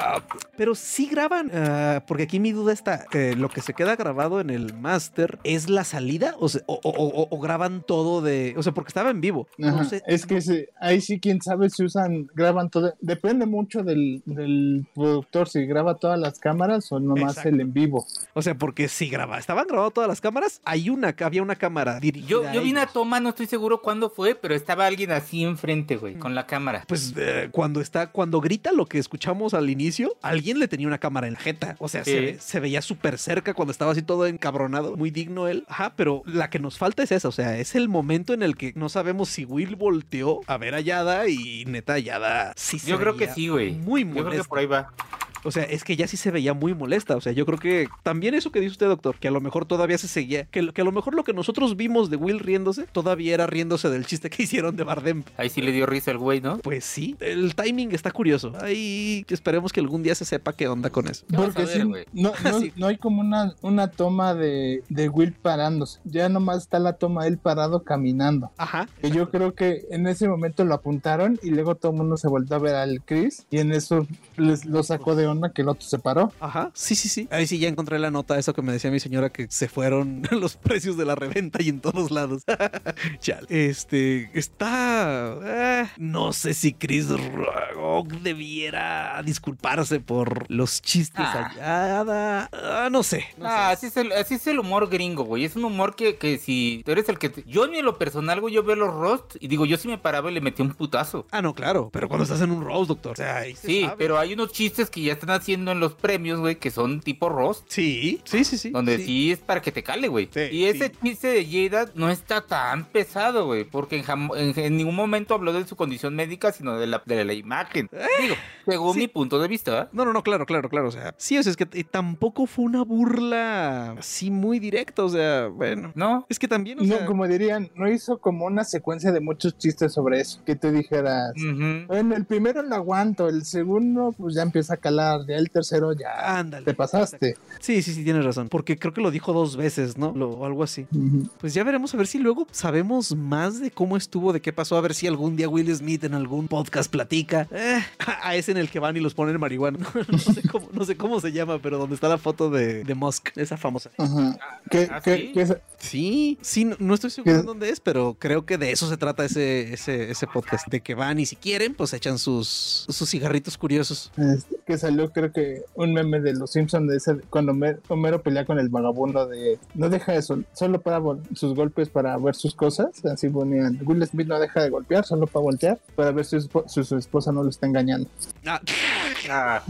[SPEAKER 1] Ah, Pero sí graban, ah, porque aquí mi duda está, eh, lo que se queda grabado en el máster es la salida o, se- o- o- o- o graban todo de, o sea, porque estaba en vivo. No
[SPEAKER 2] Ajá.
[SPEAKER 1] sé.
[SPEAKER 2] Es que se- ahí sí, quién sabe si usan, graban todo. Depende mucho del, del productor si graba todas las cámaras o nomás
[SPEAKER 1] Exacto.
[SPEAKER 2] el en vivo.
[SPEAKER 1] O sea, porque sí graba, estaban grabado todas las cámaras, hay una, había una cámara dirigida.
[SPEAKER 3] Yo,
[SPEAKER 1] a
[SPEAKER 3] yo vi una
[SPEAKER 1] ellos.
[SPEAKER 3] toma, no estoy seguro cuándo fue, pero estaba alguien así enfrente, güey, con la cámara.
[SPEAKER 1] Pues eh, cuando está, cuando grita lo que escuchamos al inicio, alguien le tenía una cámara en la jeta. O sea, se,
[SPEAKER 3] Sí.
[SPEAKER 1] ve- se veía súper cerca cuando estaba así todo encabronado, muy digno él. Ajá, pero la que nos falta es esa. O sea, es el momento en el que no sabemos si Will volteó a ver a Yada y neta Yada sí se
[SPEAKER 3] Yo creo que
[SPEAKER 1] veía
[SPEAKER 3] sí, güey.
[SPEAKER 1] Pues Muy
[SPEAKER 3] Yo creo que por
[SPEAKER 1] molesta.
[SPEAKER 3] ahí va.
[SPEAKER 1] O sea, es que ya sí se veía muy molesta. O sea, yo creo que también eso que dice usted, doctor, que a lo mejor todavía se seguía, que, lo- que a lo mejor lo que nosotros vimos de Will riéndose, todavía era riéndose del chiste que *laughs* hicieron de Bardem.
[SPEAKER 3] Ahí sí le dio risa al güey, ¿no?
[SPEAKER 1] Pues sí, el timing está curioso. Ahí esperemos que algún día se sepa qué onda con eso.
[SPEAKER 3] Ya vas
[SPEAKER 2] Porque
[SPEAKER 3] a ver,
[SPEAKER 2] sí,
[SPEAKER 3] güey. *laughs*
[SPEAKER 2] no, no,
[SPEAKER 1] Sí.
[SPEAKER 2] no hay como una, una toma de, de Will parándose. Ya nomás está la toma de él parado caminando.
[SPEAKER 1] Ajá.
[SPEAKER 2] Que yo creo que en ese momento lo apuntaron y luego todo el mundo se volvió a ver al Chris y en eso les, lo sacó de onda que el otro se paró.
[SPEAKER 1] Ajá. Sí, sí, sí. Ahí sí ya encontré la nota, eso que me decía mi señora que se fueron *laughs* los precios de la reventa y en todos lados. *laughs* Chale. Este está. eh, no sé si Chris Rock debiera disculparse por los chistes
[SPEAKER 3] Ah.
[SPEAKER 1] allá. Ah, no sé. No
[SPEAKER 3] Ah, así es, el, así es el humor gringo, güey. Es un humor que, que si tú eres el que... te- Yo ni en lo personal, güey, yo veo los roast y digo, yo sí me paraba y le metí un putazo.
[SPEAKER 1] Ah, no, claro. Pero cuando estás en un roast, doctor. O sea, ahí se
[SPEAKER 3] Sí,
[SPEAKER 1] sabe.
[SPEAKER 3] pero hay unos chistes que ya están haciendo en los premios, güey, que son tipo roast.
[SPEAKER 1] Sí, sí, sí, sí.
[SPEAKER 3] Donde sí.
[SPEAKER 1] sí.
[SPEAKER 3] es para que te cale, güey.
[SPEAKER 1] Sí,
[SPEAKER 3] y ese
[SPEAKER 1] sí.
[SPEAKER 3] chiste de Jada no está tan pesado, güey. Porque en, jam- en- en ningún momento habló de su condición médica, sino de la, de la imagen. Digo, según
[SPEAKER 1] Sí.
[SPEAKER 3] mi punto de vista, ¿verdad?
[SPEAKER 1] No, no, no, claro, claro, claro. O sea, sí, o sea, es que eh, tampoco fue una burla así muy directa. O sea, bueno.
[SPEAKER 3] ¿No?
[SPEAKER 1] Es que también, o
[SPEAKER 2] No,
[SPEAKER 1] sea,
[SPEAKER 2] como dirían, no hizo como una secuencia de muchos chistes sobre eso. Que te dijeras,
[SPEAKER 3] Ujú.
[SPEAKER 2] bueno, el primero lo aguanto, el segundo pues ya empieza a calar pasar, ya el tercero ya
[SPEAKER 1] Ándale.
[SPEAKER 2] te pasaste.
[SPEAKER 1] Sí, sí, sí, tienes razón. Porque creo que lo dijo dos veces, ¿no? Lo- o algo así.
[SPEAKER 2] Ujú.
[SPEAKER 1] Pues ya veremos a ver si luego sabemos más de cómo estuvo, de qué pasó, a ver si algún día Will Smith en algún podcast platica. Eh, *laughs* a a ese en el que van y los ponen marihuana. *laughs* No, sé, cómo, no sé cómo se llama, pero donde está la foto de, de Musk, esa famosa.
[SPEAKER 2] Ajá. ¿Qué,
[SPEAKER 3] ¿Ah,
[SPEAKER 2] qué-
[SPEAKER 3] sí?
[SPEAKER 2] qué es-
[SPEAKER 1] Sí, sí, no, no estoy seguro de
[SPEAKER 2] ¿Qué?
[SPEAKER 1] dónde es, pero creo que de eso se trata ese, ese, ese podcast. De que van y si quieren, pues echan sus, sus cigarritos curiosos.
[SPEAKER 2] este, que salió creo que un meme de los Simpsons de ese, cuando Homer- Homero pelea con el vagabundo de no deja eso, solo para vol- sus golpes para ver sus cosas, así ponían Will Smith no deja de golpear, solo para voltear, para ver si su, esp- si su esposa no lo está engañando.
[SPEAKER 1] Ah,
[SPEAKER 3] Ah,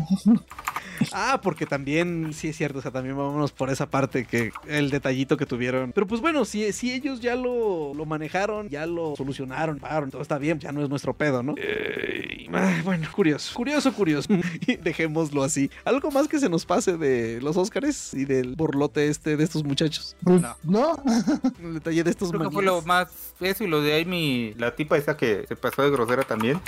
[SPEAKER 1] Ah, porque también, sí es cierto, o sea, también vámonos por esa parte que el detallito que tuvieron. Pero pues bueno, si, si ellos ya lo, lo manejaron, ya lo solucionaron, pagaron, todo está bien, ya no es nuestro pedo, ¿no? Eh, ah, bueno, curioso, curioso, curioso. *laughs* Y Dejémoslo así. Algo más que se nos pase de los Óscares y del borlote este de estos muchachos.
[SPEAKER 2] Pues,
[SPEAKER 3] No.
[SPEAKER 2] no, *laughs*
[SPEAKER 1] El detalle de estos
[SPEAKER 3] creo que fue
[SPEAKER 1] maníes.
[SPEAKER 3] lo más eso y lo de Amy, la tipa esa que se pasó de grosera también.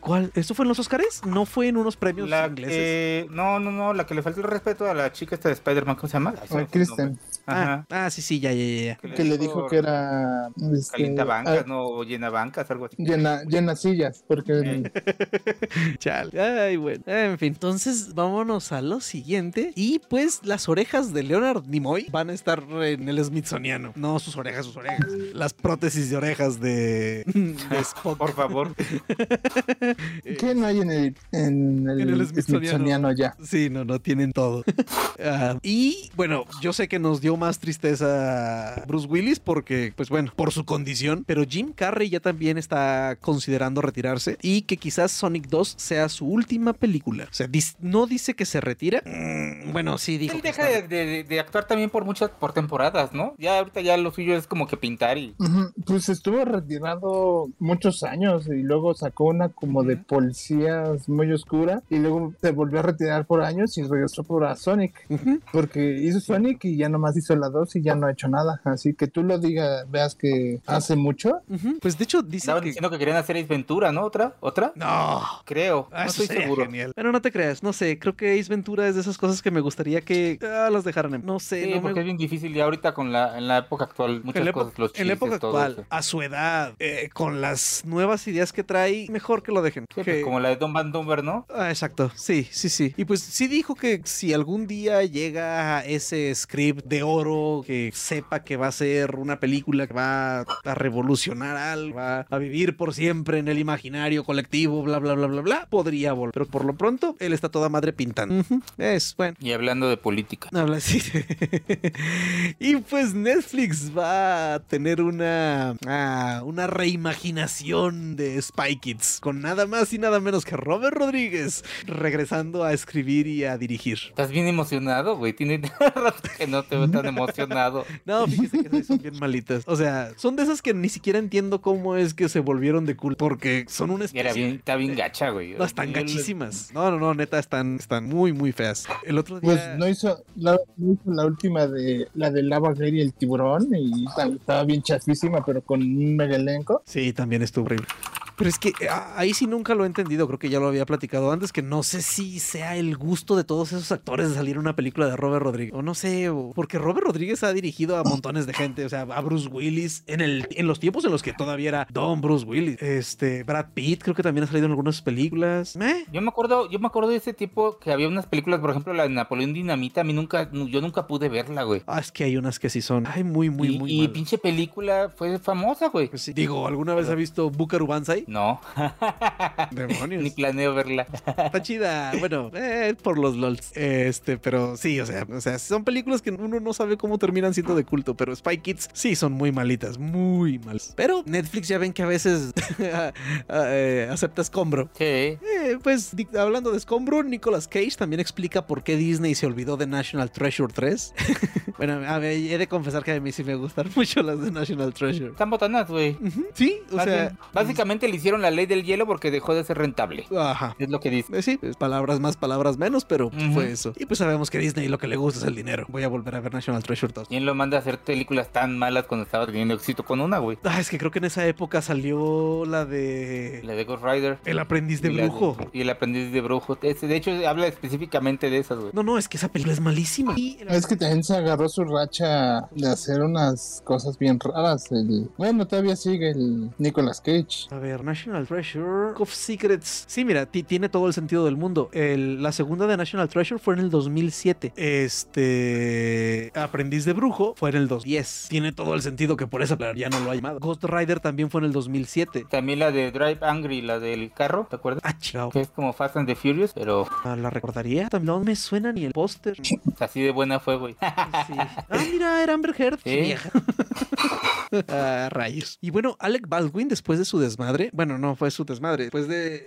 [SPEAKER 1] ¿Cuál? ¿Esto fue en los Óscares? No fue en unos premios
[SPEAKER 3] La
[SPEAKER 1] ingleses.
[SPEAKER 3] que- no, no, no, la que le falta el respeto a la chica esta de Spider-Man, ¿cómo se llama? Ay, se me fue el
[SPEAKER 2] Kristen,
[SPEAKER 3] nombre.
[SPEAKER 1] Ah,
[SPEAKER 3] Ajá.
[SPEAKER 1] ah, sí, sí, ya, ya, ya, ya.
[SPEAKER 2] que le dijo que era este,
[SPEAKER 3] Calienta bancas,
[SPEAKER 2] ah,
[SPEAKER 3] no, o llena bancas, algo así.
[SPEAKER 2] llena, llena sillas, porque
[SPEAKER 3] Eh.
[SPEAKER 1] *laughs* Chale. Ay, bueno. En fin. Entonces, vámonos a lo siguiente. Y pues las orejas de Leonard Nimoy van a estar en el Smithsoniano. No sus orejas, sus orejas. Las prótesis de orejas de, *laughs* de Spock.
[SPEAKER 3] Por favor.
[SPEAKER 1] Eh,
[SPEAKER 2] ¿qué no hay en el, en el,
[SPEAKER 1] En el Smithsoniano.
[SPEAKER 2] Smithsoniano ya?
[SPEAKER 1] Sí, no, no
[SPEAKER 3] *laughs*
[SPEAKER 1] tienen todo. Ah, y bueno, yo sé que nos dio más tristeza Bruce Willis porque, pues bueno, por su condición, pero Jim Carrey ya también está considerando retirarse y que quizás Sonic 2 sea su última película. O sea, dis- no dice que se retira. Mm, bueno, sí, dijo.
[SPEAKER 3] Él
[SPEAKER 1] que
[SPEAKER 3] deja
[SPEAKER 1] está-
[SPEAKER 3] de, de- de actuar también por muchas, por temporadas, ¿no? Ya ahorita ya lo suyo es como que pintar y...
[SPEAKER 2] Ujú, Pues estuvo retirado muchos años y luego sacó una como de
[SPEAKER 3] Ujú.
[SPEAKER 2] policías muy oscura y luego se volvió a retirar por años y regresó por a Sonic
[SPEAKER 1] Ujú.
[SPEAKER 2] porque hizo Sonic y ya nomás hizo la 2 y ya no ha hecho nada. Así que tú lo digas, veas que hace mucho.
[SPEAKER 1] Ujú. Pues de hecho dice
[SPEAKER 3] Estaban
[SPEAKER 1] que...
[SPEAKER 3] diciendo que querían hacer Ace Ventura, ¿no? ¿Otra? ¿Otra?
[SPEAKER 1] No.
[SPEAKER 3] Creo,
[SPEAKER 1] Ah,
[SPEAKER 3] no
[SPEAKER 1] eso
[SPEAKER 3] estoy
[SPEAKER 1] sería
[SPEAKER 3] seguro.
[SPEAKER 1] genial. Pero no te creas, no sé, creo que Ace Ventura es de esas cosas que me gustaría que ah, las dejaran en... No sé,
[SPEAKER 3] Sí,
[SPEAKER 1] no me
[SPEAKER 3] porque es bien difícil ya ahorita con la, en la época actual, muchas
[SPEAKER 1] en la
[SPEAKER 3] cosas,
[SPEAKER 1] época,
[SPEAKER 3] los
[SPEAKER 1] en la época
[SPEAKER 3] chistes, todo
[SPEAKER 1] actual,
[SPEAKER 3] eso.
[SPEAKER 1] a su edad, eh, con las nuevas ideas que trae, mejor que lo dejen.
[SPEAKER 3] Sí, pues,
[SPEAKER 1] Que-
[SPEAKER 3] como la de Don Van Dumber, ¿no?
[SPEAKER 1] Ah, exacto, sí, sí, sí. Y pues sí dijo que si algún día llega ese script de oro, que sepa que va a ser una película que va a revolucionar algo, va a vivir por siempre en el imaginario colectivo, bla, bla, bla, bla, bla, podría volver. Pero por lo pronto, él está toda madre pintando. Ujú, Es bueno.
[SPEAKER 3] Y hablando de política.
[SPEAKER 1] Habla así. *laughs* y pues Netflix va a tener una, ah, una reimaginación de Spy Kids con nada más y nada menos que Robert Rodríguez regresando a escribir y a dirigir.
[SPEAKER 3] Estás bien emocionado, güey. Tiene *laughs* rato que no te veo tan emocionado.
[SPEAKER 1] No, fíjese que esas son bien malitas. O sea, son de esas que ni siquiera entiendo cómo es que se volvieron de cool porque son una
[SPEAKER 3] Y era
[SPEAKER 1] especie.
[SPEAKER 3] bien, está bien gacha, güey.
[SPEAKER 1] No, están
[SPEAKER 3] Yo le-
[SPEAKER 1] gachísimas. No, no, no, neta, están, están muy, muy feas. El otro día.
[SPEAKER 2] Pues no hizo la, no hizo la última de la de Lava Girl y el tiburón y ta- estaba bien chafísima pero con un mega elenco.
[SPEAKER 1] Sí, también estuvo horrible. Pero es que eh, a- ahí sí nunca lo he entendido, creo que ya lo había platicado antes, que no sé si sea el gusto de todos esos actores de salir en una película de Robert Rodríguez, o no sé, o- porque Robert Rodríguez ha dirigido a montones de gente, o sea, a Bruce Willis, en, el, en los tiempos en los que todavía era Don Bruce Willis, este, Brad Pitt creo que también ha salido en algunas películas, ¿Meh?
[SPEAKER 3] Yo me acuerdo, yo me acuerdo de ese tipo que había unas películas, por ejemplo, la de Napoleón Dinamita, a mí nunca, nu- yo nunca pude verla, güey.
[SPEAKER 1] Ah, es que hay unas que sí son, ay, muy, muy,
[SPEAKER 3] y,
[SPEAKER 1] muy
[SPEAKER 3] y
[SPEAKER 1] malas.
[SPEAKER 3] pinche película fue famosa, güey.
[SPEAKER 1] Pues sí, Digo, ¿alguna vez ha visto
[SPEAKER 3] *laughs*
[SPEAKER 1] Buckaroo Banzai?
[SPEAKER 3] No, ni
[SPEAKER 1] Demonios.
[SPEAKER 3] planeo verla.
[SPEAKER 1] Está chida, bueno, *laughs* eh, por los LOLs. Este, pero sí, o sea, o sea, son películas que uno no sabe cómo terminan siendo de culto, pero Spy Kids sí son muy malitas, muy malas. Pero Netflix ya ven que a veces *laughs* ah, ah, eh, acepta escombro.
[SPEAKER 3] Sí.
[SPEAKER 1] Eh, pues di- hablando de escombro, Nicolas Cage también explica por qué Disney se olvidó de National Treasure 3. *laughs* bueno, a ver, he de confesar *laughs* que a mí sí me gustan mucho las de National Treasure.
[SPEAKER 3] Están botanas, güey.
[SPEAKER 1] Ujú, Sí, o
[SPEAKER 3] Más
[SPEAKER 1] sea, pues.
[SPEAKER 3] bien, básicamente le le hicieron la ley del hielo porque dejó de ser rentable.
[SPEAKER 1] Ajá.
[SPEAKER 3] Es lo que dice.
[SPEAKER 1] Eh, Sí, pues, palabras más, palabras menos, pero
[SPEAKER 3] Ujú.
[SPEAKER 1] fue eso. Y pues sabemos que Disney lo que le gusta es el dinero. Voy a volver a ver National Treasure 2.
[SPEAKER 3] ¿Quién lo manda a hacer películas tan malas cuando estaba teniendo éxito con una, güey?
[SPEAKER 1] Ah, es que creo que en esa época salió la de...
[SPEAKER 3] La de Ghost Rider.
[SPEAKER 1] El aprendiz de
[SPEAKER 3] y la
[SPEAKER 1] brujo.
[SPEAKER 3] y el aprendiz de brujo. Ese, de hecho, habla específicamente de esas, güey.
[SPEAKER 1] No, no, es que esa película es malísima. Y el-
[SPEAKER 2] Ah, Es que también se agarró su racha de hacer unas cosas bien raras. El... Bueno, todavía sigue el Nicolas Cage.
[SPEAKER 1] A ver, National Treasure of Secrets. Sí, mira, ti- tiene todo el sentido del mundo. El- la segunda de National Treasure fue en el 2007. Este. Aprendiz de Brujo fue en el 2010. Tiene todo el sentido que por eso ya no lo ha llamado. Ghost Rider también fue en el 2007.
[SPEAKER 3] También la de Drive Angry, la del carro, ¿te acuerdas?
[SPEAKER 1] Ah, chingado.
[SPEAKER 3] Que es como Fast and the Furious, pero
[SPEAKER 1] Ah, ¿La recordaría? También no me suena ni el póster. Sí.
[SPEAKER 3] así de buena fue, güey. *laughs*
[SPEAKER 1] Ah, mira, era Amber Heard.
[SPEAKER 3] Sí.
[SPEAKER 1] Vieja. *laughs* Ah, rayos. Y bueno, Alec Baldwin, después de su desmadre. Bueno, no fue su desmadre. Después de.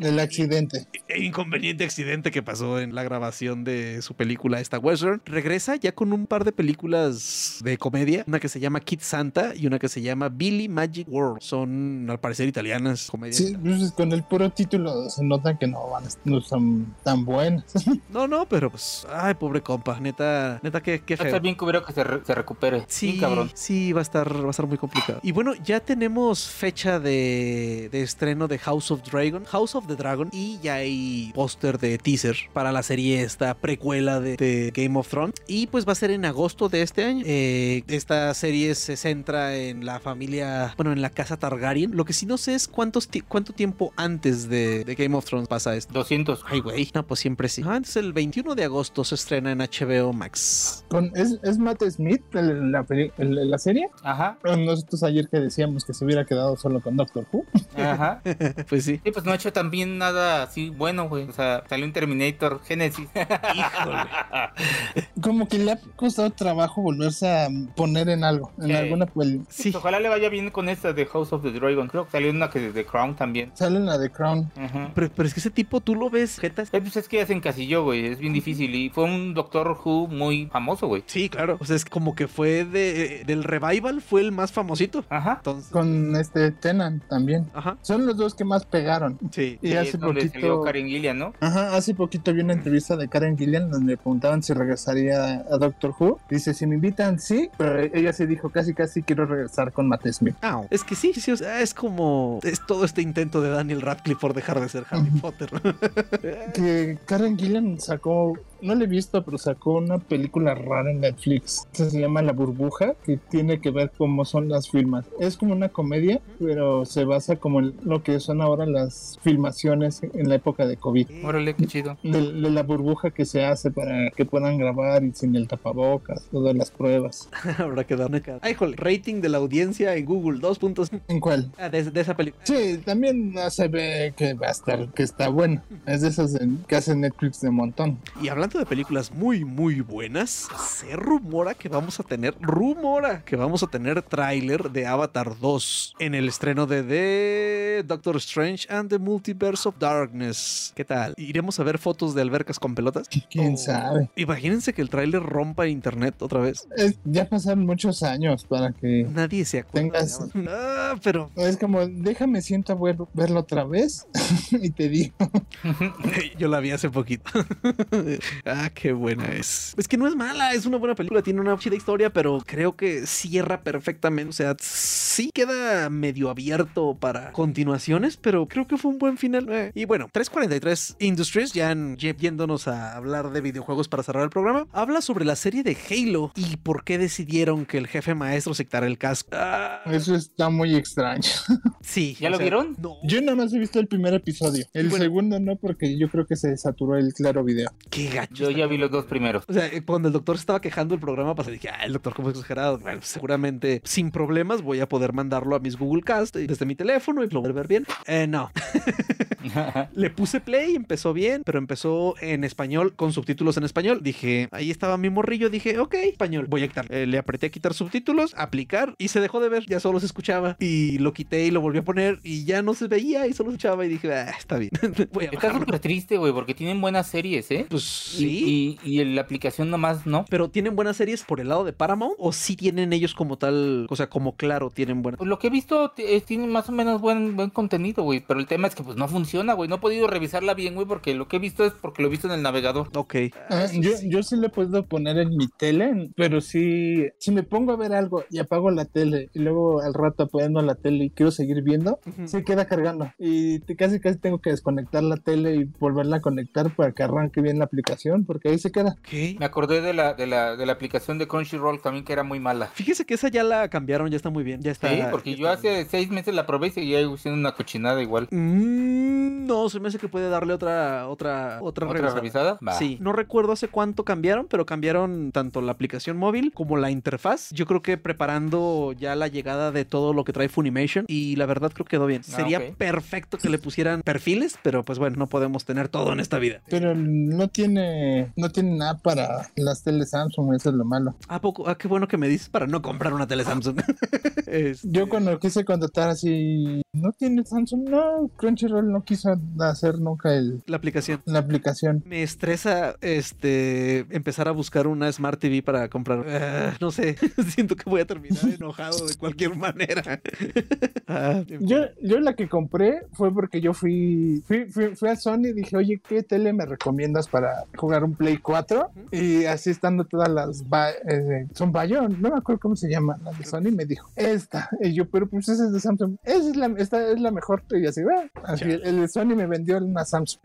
[SPEAKER 2] El accidente.
[SPEAKER 1] el inconveniente accidente que pasó en la grabación de su película esta Western, regresa ya con un par de películas de comedia, una que se llama Kid Santa y una que se llama Billy Magic World. Son al parecer italianas comedias.
[SPEAKER 2] Sí, pues, con el puro título se nota que no van a- no son tan buenas.
[SPEAKER 1] No, no, pero pues ay, pobre compa, neta, neta que qué
[SPEAKER 3] Va a
[SPEAKER 1] feo.
[SPEAKER 3] estar bien cubero que se, re- se recupere. Sí,
[SPEAKER 1] Sí,
[SPEAKER 3] cabrón.
[SPEAKER 1] sí, va a estar, va a estar muy complicado. Y bueno, ya tenemos fecha de, de estreno de House of Dragon, House of the Dragon, y ya hay póster de teaser para la serie esta precuela de, de Game of Thrones. Y pues va a ser en agosto de este año. Eh, esta serie se centra en la familia, bueno, en la casa Targaryen. Lo que sí no sé es cuántos ti- cuánto tiempo antes de, de Game of Thrones pasa esto.
[SPEAKER 3] 200.
[SPEAKER 1] Ay, güey. No, pues siempre sí. Ah, entonces el 21 de agosto se estrena en HBO Max. *laughs*
[SPEAKER 2] Con- ¿es, es Matt Smith el- la, peli- el- la serie?
[SPEAKER 3] Ajá,
[SPEAKER 2] Nosotros ayer que decíamos que se hubiera quedado solo con Doctor Who.
[SPEAKER 3] ajá.
[SPEAKER 1] Pues sí.
[SPEAKER 3] *laughs* Sí, pues no ha hecho también nada así bueno, güey. O sea, salió un Terminator, Genesis. *laughs*
[SPEAKER 1] Híjole.
[SPEAKER 2] Como que le ha costado trabajo volverse a poner en algo, en
[SPEAKER 3] Sí.
[SPEAKER 2] alguna peli.
[SPEAKER 1] Sí.
[SPEAKER 3] Ojalá le vaya bien con esta de House of the Dragon. Creo que salió una que de The Crown también.
[SPEAKER 2] Sale en la de Crown.
[SPEAKER 3] Ajá.
[SPEAKER 1] Pero, pero es que ese tipo tú lo ves, jetas.
[SPEAKER 3] Eh, pues es que ya se encasilló, güey. Es bien difícil. Y fue un Doctor Who muy famoso, güey.
[SPEAKER 1] Sí, claro. O sea, es como que fue de, eh, del revival, fue el más famosito.
[SPEAKER 3] Ajá.
[SPEAKER 1] Entonces,
[SPEAKER 2] Con este Tenan también.
[SPEAKER 1] ajá.
[SPEAKER 2] Son los dos que más pegaron.
[SPEAKER 1] Sí.
[SPEAKER 2] Y
[SPEAKER 3] Sí,
[SPEAKER 2] hace
[SPEAKER 3] es donde
[SPEAKER 2] poquito-
[SPEAKER 3] salió Karen Gillian, ¿no?
[SPEAKER 2] Ajá, hace poquito vi una entrevista de Karen Gillian donde le preguntaban si regresaría a Doctor Who. Dice, si me invitan, sí, pero ella se dijo casi casi quiero regresar con Matt Smith.
[SPEAKER 1] Au. Es que sí, sí, o sea, es como es todo este intento de Daniel Radcliffe por dejar de ser Harry
[SPEAKER 2] Ujú.
[SPEAKER 1] Potter.
[SPEAKER 2] Que Karen Gillian sacó, no la he visto, pero sacó una película rara en Netflix. Esta se llama La Burbuja, que tiene que ver cómo son las filmas. Es como una comedia, pero se basa como en lo que son ahora las filmaciones en la época de COVID.
[SPEAKER 3] Órale, qué chido.
[SPEAKER 2] De, de la burbuja que se hace para que puedan grabar y sin el tapabocas, todas las pruebas.
[SPEAKER 1] *laughs* Habrá que darle cara. Ay, jole. Rating de la audiencia en Google, dos puntos.
[SPEAKER 2] ¿En cuál?
[SPEAKER 1] Ah, de, de esa película.
[SPEAKER 2] Sí, también ah, se ve que va a estar, que está bueno. Es de esas en- que hace Netflix de montón. *laughs*
[SPEAKER 1] Y hablando de películas muy, muy buenas, se rumora que vamos a tener, rumora que vamos a tener tráiler de Avatar 2 en el estreno de The Doctor Strange and the Multiverse of Darkness. ¿Qué tal? ¿Iremos a ver fotos de albercas con pelotas?
[SPEAKER 2] ¿Quién
[SPEAKER 1] Oh.
[SPEAKER 2] sabe?
[SPEAKER 1] Imagínense que el tráiler rompa internet otra vez.
[SPEAKER 2] Es- ya pasaron muchos años para que...
[SPEAKER 1] Nadie se acuerda. de
[SPEAKER 2] Tengas-
[SPEAKER 1] Avatar. Ah, pero
[SPEAKER 2] Es como, déjame siento a ver- verlo otra vez *laughs* y te digo.
[SPEAKER 1] *laughs* yo la vi hace poquito. ah, qué buena es. Es que no es mala, es una buena película, tiene una chida historia, pero creo que cierra perfectamente. O sea, sí queda medio abierto para continuaciones, pero creo que fue un buen final. Eh, Y bueno, 343 Industries, ya en- ye- yéndonos a hablar de videojuegos para cerrar el programa, habla sobre la serie de Halo y por qué decidieron que el jefe maestro se quitara el casco. Ah,
[SPEAKER 2] Eso está muy extraño. *laughs*
[SPEAKER 1] sí.
[SPEAKER 3] ¿Ya
[SPEAKER 1] o
[SPEAKER 3] lo
[SPEAKER 1] sea,
[SPEAKER 3] vieron?
[SPEAKER 1] No.
[SPEAKER 2] Yo nada más he visto el primer episodio. El
[SPEAKER 1] Bueno.
[SPEAKER 2] segundo no, porque yo creo que se saturó el claro video.
[SPEAKER 1] Qué gacho.
[SPEAKER 3] Yo
[SPEAKER 1] está
[SPEAKER 3] ya vi los dos
[SPEAKER 1] *laughs*
[SPEAKER 3] primeros.
[SPEAKER 1] O sea, eh, cuando el doctor se estaba quejando el programa, pasé dije, ah, el doctor como exagerado. Bueno, seguramente sin problemas voy a poder mandarlo a mis Google Cast eh, desde mi teléfono y lo voy a ver bien. Eh, no, *laughs* le puse play, empezó bien, pero empezó en español con subtítulos en español. Dije, ahí estaba mi morrillo, dije, ok, español, voy a quitar. Eh, le apreté a quitar subtítulos, aplicar y se dejó de ver, ya solo se escuchaba. Y lo quité y lo volví a poner y ya no se veía y solo se escuchaba y dije, ah, está bien, *laughs* voy a
[SPEAKER 3] Está
[SPEAKER 1] bajarlo.
[SPEAKER 3] súper triste, güey, porque tienen buenas series, ¿eh?
[SPEAKER 1] Pues Sí.
[SPEAKER 3] Y, y- y la aplicación nomás no.
[SPEAKER 1] Pero tienen buenas series por el lado de Paramount o sí tienen ellos como tal, o sea, como claro tienen buenas.
[SPEAKER 3] Pues lo que he visto t- eh, tiene más o menos buen, buen contenido, güey. Pero el tema es que pues no funciona, güey. No he podido revisarla bien, güey, porque lo que he visto es porque lo he visto en el navegador.
[SPEAKER 1] Ok.
[SPEAKER 2] Ah, yo, yo sí le puedo poner en mi tele, pero sí, si me pongo a ver algo y apago la tele y luego al rato apagando la tele y quiero seguir viendo,
[SPEAKER 1] Ujú.
[SPEAKER 2] se queda cargando. Y te- casi casi tengo que desconectar la tele y volverla a conectar para que arranque bien la aplicación, porque ahí se queda.
[SPEAKER 1] Ok.
[SPEAKER 3] Me acordé de la, de la, de la aplicación de Crunchyroll también que era muy mala.
[SPEAKER 1] Fíjese que esa ya la cambiaron, ya está muy bien. Ya está.
[SPEAKER 3] Sí, porque yo hace seis meses la probé y seguía siendo una cochinada igual.
[SPEAKER 1] Mm, no, se me hace que puede darle otra, otra, otra,
[SPEAKER 3] ¿Otra
[SPEAKER 1] revisada.
[SPEAKER 3] revisada? Va.
[SPEAKER 1] Sí, no recuerdo hace cuánto cambiaron, pero cambiaron tanto la aplicación móvil como la interfaz. Yo creo que preparando ya la llegada de todo lo que trae Funimation y la verdad creo que quedó bien.
[SPEAKER 3] Ah,
[SPEAKER 1] Sería
[SPEAKER 3] ok.
[SPEAKER 1] perfecto que le pusieran perfiles, pero pues bueno, no podemos tener todo en esta vida.
[SPEAKER 2] Pero no tiene, no tiene nada para las teles Samsung, eso es lo malo.
[SPEAKER 1] ¿A poco? Ah, qué bueno que me dices para no comprar una tele Samsung. *laughs* Este, Es-
[SPEAKER 2] Yo cuando quise contratar así, no tiene Samsung, no, Crunchyroll no quiso hacer nunca el-
[SPEAKER 1] la aplicación.
[SPEAKER 2] la aplicación.
[SPEAKER 1] Me estresa este empezar a buscar una Smart TV para comprar. Ah, no sé, *laughs* siento que voy a terminar enojado de cualquier manera. Ah, en
[SPEAKER 2] Yo, yo la que compré fue porque yo fui, fui, fui, fui a Sony y dije, oye, ¿qué tele me recomiendas para jugar un Play 4? Y así estando todas las... ba- eh, son Bayon, no me acuerdo cómo se llama, la de Sony me dijo, esta. Y yo, pero pues esa es de Samsung. Esa es la, esta es la mejor. Y así, va. Así,
[SPEAKER 1] Chale.
[SPEAKER 2] el de Sony me vendió una Samsung.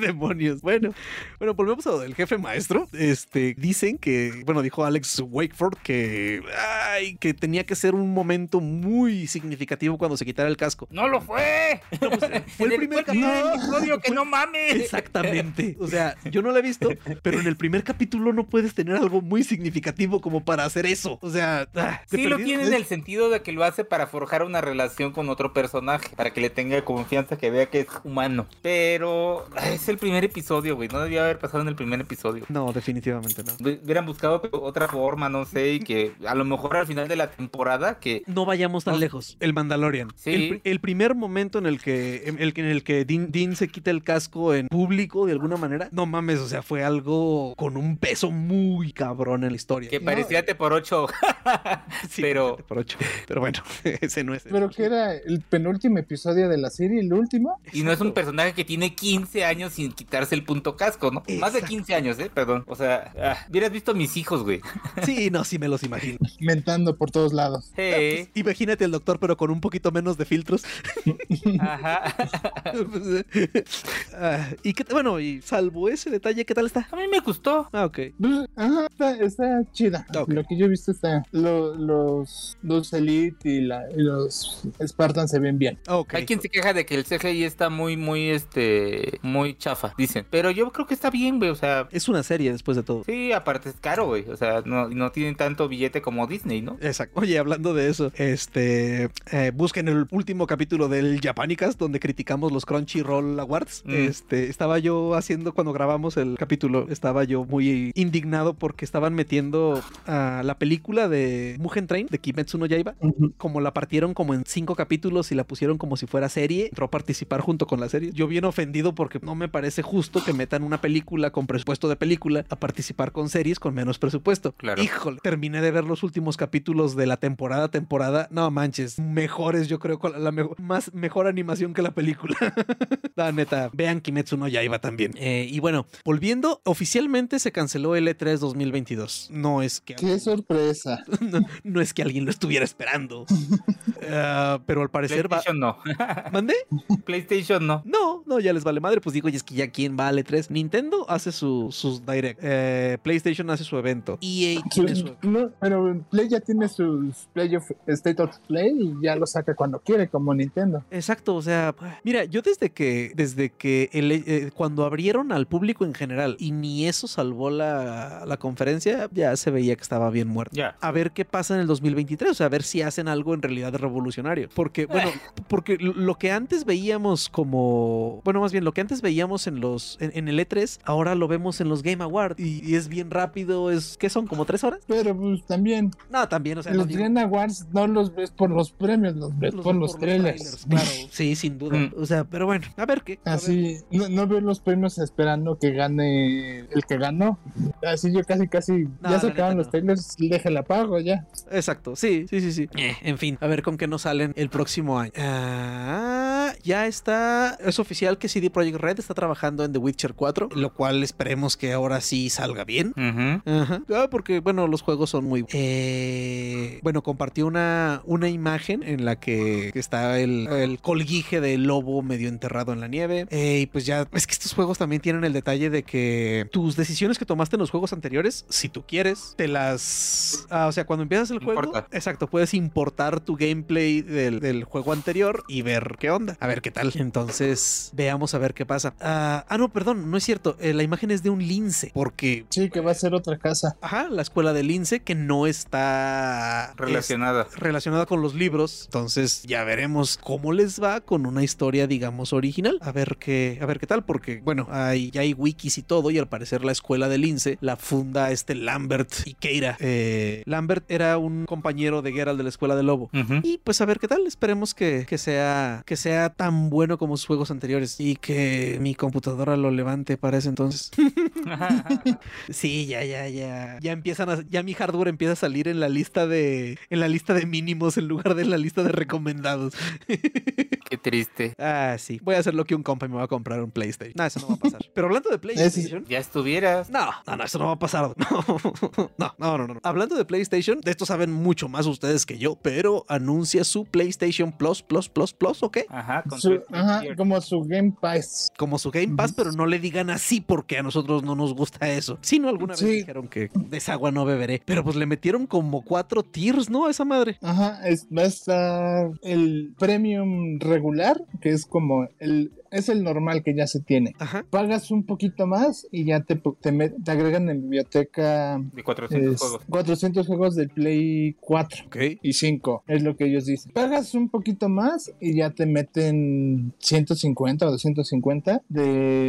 [SPEAKER 1] Demonios. Bueno, bueno, volvemos a lo del jefe maestro. Este, dicen que, bueno, dijo Alex Wakeford que, ay, que tenía que ser un momento muy significativo cuando se quitara el casco.
[SPEAKER 3] ¡No lo fue!
[SPEAKER 1] No, pues, fue el primer
[SPEAKER 3] capítulo.
[SPEAKER 1] capítulo.
[SPEAKER 3] que no mames!
[SPEAKER 1] Exactamente. *laughs* O sea, yo no lo he visto, pero en el primer capítulo no puedes tener algo muy significativo como para hacer eso. O sea, ah, de
[SPEAKER 3] Sí lo
[SPEAKER 1] perdido-
[SPEAKER 3] tiene en el sentido de que lo hace para forjar una relación con otro personaje, para que le tenga confianza, que vea que es humano. Pero ay, es el primer episodio, güey, no debía haber pasado en el primer episodio.
[SPEAKER 1] *laughs* No, definitivamente no.
[SPEAKER 3] Hub- Hubieran buscado otra forma, no sé, y que a lo mejor al final de la temporada que...
[SPEAKER 1] No vayamos tan
[SPEAKER 3] No.
[SPEAKER 1] lejos. El Mandalorian.
[SPEAKER 3] Sí.
[SPEAKER 1] El, pri- el primer momento en el que, en el, que- en el que Din, Din se quita el casco en público de alguna manera. No mames, o sea, fue algo con un peso muy cabrón en la historia.
[SPEAKER 3] Que parecía te por ocho.
[SPEAKER 1] *laughs* Sí,
[SPEAKER 3] pero-
[SPEAKER 1] por ocho. Pero bueno, *laughs* ese no es. el-
[SPEAKER 2] Pero que era el penúltimo episodio de la serie, el último.
[SPEAKER 3] Y no es un
[SPEAKER 1] Exacto.
[SPEAKER 3] personaje que tiene 15 años sin quitarse el punto casco, ¿no? Más de
[SPEAKER 1] Exacto.
[SPEAKER 3] 15 años, ¿eh? Perdón. O sea, ah, hubieras visto a mis hijos,
[SPEAKER 1] *laughs*
[SPEAKER 3] güey.
[SPEAKER 1] Sí, no, sí me los imagino.
[SPEAKER 2] Mentando por todos lados.
[SPEAKER 3] Hey,
[SPEAKER 1] Imagínate el doctor, pero con un poquito menos de filtros.
[SPEAKER 3] ajá. *laughs*
[SPEAKER 1] *laughs* Ah, y qué, bueno, y salvo ese detalle, ¿qué tal está?
[SPEAKER 3] A mí me gustó.
[SPEAKER 1] Ah, ok.
[SPEAKER 2] Pues, Ajá, está, está chida.
[SPEAKER 1] Ok.
[SPEAKER 2] Lo que yo he visto está. lo- los, los Elite y, la- y los Spartans se ven bien.
[SPEAKER 1] Ok.
[SPEAKER 3] Hay quien se queja de que el CGI está muy, muy, este, muy chafa, dicen. Pero yo creo que está bien, güey, o sea,
[SPEAKER 1] Es una serie después de todo.
[SPEAKER 3] sí, aparte es caro, güey, o sea, no, no tienen tanto billete como Disney, ¿no?
[SPEAKER 1] Exacto. Oye, hablando de eso, este eh, busquen el último capítulo del Japanicast donde criticamos los Crunchyroll Awards.
[SPEAKER 3] Mm.
[SPEAKER 1] Este estaba yo haciendo cuando grabamos el capítulo, estaba yo muy indignado porque estaban metiendo a la película de Mugen Train de Kimetsu no Yaiba como la partieron como en cinco capítulos y la pusieron como si fuera serie, entró a participar junto con la serie. Yo bien ofendido porque no me parece justo que metan una película con presupuesto de película a participar con series con menos presupuesto.
[SPEAKER 3] Claro.
[SPEAKER 1] Híjole, terminé de ver los últimos capítulos de la temporada, temporada, no manches, mejores yo creo, con la, mejo- más mejor animación que la película. *laughs* la neta, vean Kimetsu no Yaiba también. Eh, y bueno, volviendo, oficialmente se canceló el E E3 2022. No es que
[SPEAKER 2] Qué *laughs* sorpresa.
[SPEAKER 1] no, no es que alguien lo estuviera esperando. Ah, pero al parecer va.
[SPEAKER 3] PlayStation no, *laughs*
[SPEAKER 1] ¿Mandé?
[SPEAKER 3] PlayStation no.
[SPEAKER 1] No, no, ya les vale madre. Pues digo, y es que ya quién vale tres. Nintendo hace su, sus direct. eh, PlayStation hace su evento. EA E tiene su
[SPEAKER 2] No, pero Play ya tiene sus Play of- State of Play y ya lo saca cuando quiere, como Nintendo.
[SPEAKER 1] Exacto, o sea, mira, yo desde que, desde que el- eh, cuando abrieron al público en general y ni eso salvó la, la conferencia, ya se veía que estaba bien muerto.
[SPEAKER 3] Ya.
[SPEAKER 1] A ver qué pasa en el 2023, o sea, a ver si hacen algo en realidad revolucionario. Porque, bueno, porque lo que antes veíamos como, bueno, más bien lo que antes veíamos en los en, en el E3, ahora lo vemos en los Game Awards y, y es bien rápido, es que son como tres horas.
[SPEAKER 2] Pero pues también,
[SPEAKER 1] No, también, o sea, no
[SPEAKER 2] los
[SPEAKER 1] digo-
[SPEAKER 2] Game Awards no los ves por los premios, los ves por los trailers.
[SPEAKER 1] claro. *laughs* Sí, sin duda.
[SPEAKER 3] Mm.
[SPEAKER 1] O sea, pero bueno, a ver qué. a
[SPEAKER 2] *laughs*
[SPEAKER 1] ver.
[SPEAKER 2] Así, no, no veo los premios esperando que gane el que ganó. Así yo casi, casi,
[SPEAKER 1] No, la
[SPEAKER 2] ya se acaban
[SPEAKER 1] neta
[SPEAKER 2] los
[SPEAKER 1] no.
[SPEAKER 2] trailers, déjala pago ya.
[SPEAKER 1] Exacto, sí, sí, sí, sí. Eh, en fin, a ver con qué nos salen el próximo año. Ah, ya está, es oficial que CD Projekt Red está trabajando en The Witcher 4, lo cual esperemos que ahora sí salga bien.
[SPEAKER 3] Ujú.
[SPEAKER 1] Ajá. Ah, porque, bueno, los juegos son muy... Eh, bueno, compartí una, una imagen en la que, que está el, el colguije del lobo medio enterrado en la nieve. Eh, y pues ya, es que estos juegos también tienen el detalle de que tus decisiones que tomaste en los juegos anteriores, si tú quieres, te las... ah, o sea, cuando empiezas el juego...
[SPEAKER 3] Importa.
[SPEAKER 1] Exacto, puedes importar tu gameplay del, del juego anterior y ver qué onda, a ver qué tal. Entonces, veamos a ver qué pasa. Ah, ah, no, perdón, no es cierto. Eh, la imagen es de un lince, porque
[SPEAKER 2] Sí, que va a ser otra casa.
[SPEAKER 1] Ajá, la escuela de Lince que no está
[SPEAKER 3] Relacionadas.
[SPEAKER 1] es- relacionada con los libros. Entonces ya veremos cómo les va con una historia, digamos, original. A ver qué, a ver qué tal, porque bueno, hay, ya hay wikis y todo, y al parecer la escuela de Lince la funda este Lambert y Keira. Eh, Lambert era un compañero de Geralt de la escuela del lobo.
[SPEAKER 3] Ujú.
[SPEAKER 2] *laughs*
[SPEAKER 1] Y pues a ver qué tal, esperemos que, que sea, que sea tan bueno como sus juegos anteriores y que mi computadora lo levante para ese entonces. Sí, ya, ya, ya. Ya empiezan a, ya mi hardware empieza a salir en la lista de, en la lista de mínimos en lugar de en la lista de recomendados.
[SPEAKER 3] Qué triste.
[SPEAKER 1] Ah, sí. Voy a hacer lo que un compa y me va a comprar un PlayStation. No, eso no va a pasar. *laughs* Pero hablando de PlayStation.
[SPEAKER 3] Ya estuvieras.
[SPEAKER 1] No, no, no, eso no va a pasar. No, *laughs* no, no, no, no. Hablando de PlayStation, de esto saben mucho más ustedes que yo, pero anuncia su PlayStation Plus, Plus, Plus, Plus, ¿ok?
[SPEAKER 3] Ajá, con
[SPEAKER 2] Su-
[SPEAKER 3] Twisted
[SPEAKER 2] ajá,
[SPEAKER 3] Gear.
[SPEAKER 2] como su Game Pass.
[SPEAKER 1] Como su Game Pass,
[SPEAKER 2] Ujú.
[SPEAKER 1] pero no le digan así porque a nosotros no nos gusta eso. Si no, alguna vez
[SPEAKER 2] Sí.
[SPEAKER 1] dijeron que desagua no beberé, pero pues le metieron como cuatro tiers, ¿no? A esa madre.
[SPEAKER 2] Ajá, es- va a estar el premium regular, que es como el, es el normal que ya se tiene.
[SPEAKER 1] Ajá.
[SPEAKER 2] Pagas un poquito más y ya te, pu- te, met- te agregan en biblioteca
[SPEAKER 3] De 400
[SPEAKER 2] es,
[SPEAKER 3] juegos.
[SPEAKER 2] 400 juegos del Play 4
[SPEAKER 1] Ok.
[SPEAKER 2] y 5, es lo que ellos dicen. Pagas un poquito más y ya te meten 150 o 250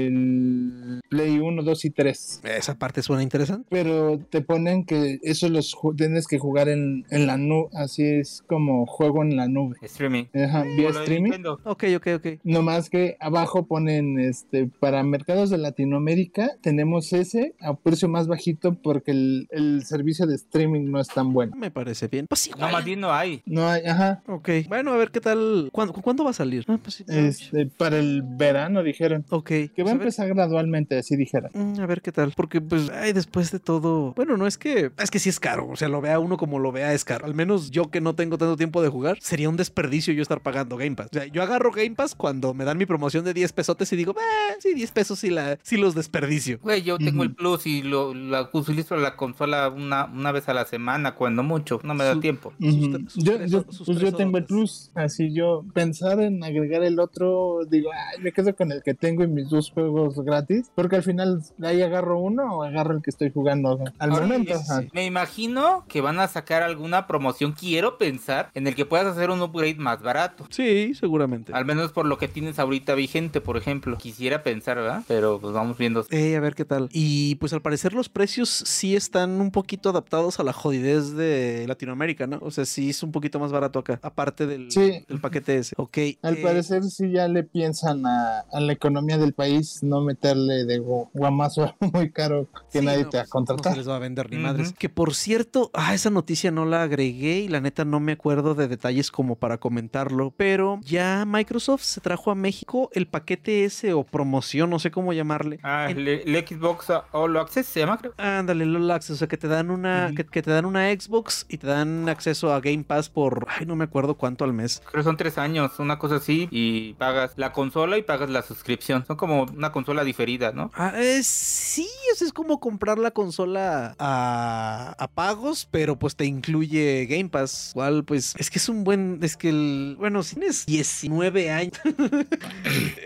[SPEAKER 2] del Play 1, 2 y 3.
[SPEAKER 1] Esa parte suena interesante.
[SPEAKER 2] Pero te ponen que eso los ju- tienes que jugar en, en la nube, así es como juego en la nube.
[SPEAKER 3] Streaming.
[SPEAKER 2] Ajá, vía
[SPEAKER 3] Como lo de
[SPEAKER 2] streaming.
[SPEAKER 3] Nintendo.
[SPEAKER 1] Ok, ok, ok.
[SPEAKER 2] No más que abajo ponen este para mercados de Latinoamérica tenemos ese a precio más bajito porque el, el servicio de streaming no es tan bueno.
[SPEAKER 1] Me parece bien. Pues
[SPEAKER 3] No,
[SPEAKER 1] igual.
[SPEAKER 3] más bien no hay.
[SPEAKER 2] No hay, ajá,
[SPEAKER 1] ok. Bueno, a ver qué tal. ¿Cuándo, cu- ¿cuándo va a salir? Ah, pues sí.
[SPEAKER 2] este, para el verano dijeron.
[SPEAKER 1] Ok.
[SPEAKER 2] Que va a
[SPEAKER 1] A ver-
[SPEAKER 2] empezar gradualmente, así dijeron.
[SPEAKER 1] Mm, A ver qué tal, porque pues, ay, después de todo, bueno, no es que, es que sí es caro, o sea, lo vea uno como lo vea es caro, al menos yo que no tengo tanto tiempo de jugar, sería un desperdicio yo estar pagando Game Pass, o sea, yo agarro Game Pass cuando me dan mi promoción de 10 pesotes y digo, "Bah, sí, 10 pesos sí, la, sí los desperdicio.
[SPEAKER 3] Güey, yo tengo el
[SPEAKER 2] Ujú.
[SPEAKER 3] plus y lo, la utilizo la consola una, una vez a la semana, cuando mucho. No me da
[SPEAKER 1] Su-
[SPEAKER 3] tiempo.
[SPEAKER 1] Sus
[SPEAKER 2] Ujú.
[SPEAKER 1] tre- sus
[SPEAKER 2] yo,
[SPEAKER 1] tres
[SPEAKER 2] yo-
[SPEAKER 1] o- sus
[SPEAKER 2] pues yo
[SPEAKER 1] tres
[SPEAKER 2] tengo el
[SPEAKER 1] horas.
[SPEAKER 2] plus, así yo pensar en agregar el otro, digo, ay, me quedo con el que tengo y mis dos juegos gratis, porque al final ahí agarro uno o agarro el que estoy jugando al
[SPEAKER 3] Ahora,
[SPEAKER 2] momento.
[SPEAKER 1] sí, sí,
[SPEAKER 2] ajá.
[SPEAKER 1] Ah, sí.
[SPEAKER 3] Me imagino que van a sacar alguna promoción, quiero pensar, en el que puedas hacer un upgrade más barato.
[SPEAKER 1] Sí, seguramente.
[SPEAKER 3] Al menos por lo que tienes ahorita vigente, por ejemplo. Quisiera pensar, ¿verdad? Pero pues vamos viendo.
[SPEAKER 1] Eh, a ver qué tal. Y pues al parecer los precios sí están un poquito adaptados a la jodidez de Latinoamérica, ¿no? O sea, sí es un poquito más barato acá, aparte del,
[SPEAKER 2] Sí.
[SPEAKER 1] del paquete ese. Ok.
[SPEAKER 2] Al
[SPEAKER 1] eh,
[SPEAKER 2] parecer sí ya le piensan a, a la economía del país no meterle de gu- guamazo *laughs* algo muy caro que
[SPEAKER 1] sí,
[SPEAKER 2] nadie
[SPEAKER 1] no,
[SPEAKER 2] te va a
[SPEAKER 1] pues, No
[SPEAKER 2] contratar.
[SPEAKER 1] se les va a vender ni
[SPEAKER 3] Ujú.
[SPEAKER 1] madres. Que por cierto, ah, esa noticia no la agregué y la neta no me acuerdo de detalles como para comentarlo, pero ya Microsoft se trajo a México el paquete ese o promoción, no sé cómo llamarle.
[SPEAKER 3] Ah,
[SPEAKER 1] en-
[SPEAKER 3] el, el Xbox All Access se llama, creo.
[SPEAKER 1] Ándale, LOL Access, o sea, que te dan una,
[SPEAKER 3] Ujú.
[SPEAKER 1] que, que te dan una Xbox y te dan acceso a Game Pass por, ay, no me acuerdo cuánto al mes.
[SPEAKER 3] Creo que son tres años, una cosa así, y pagas la consola y pagas la suscripción. Son como una consola diferida, ¿no?
[SPEAKER 1] Ah, eh, sí, o sea, es como comprar la consola a, a pagos, pero pues te incluye Game Pass. Cual, pues, es que es un buen, es que el, bueno, si tienes 19 años,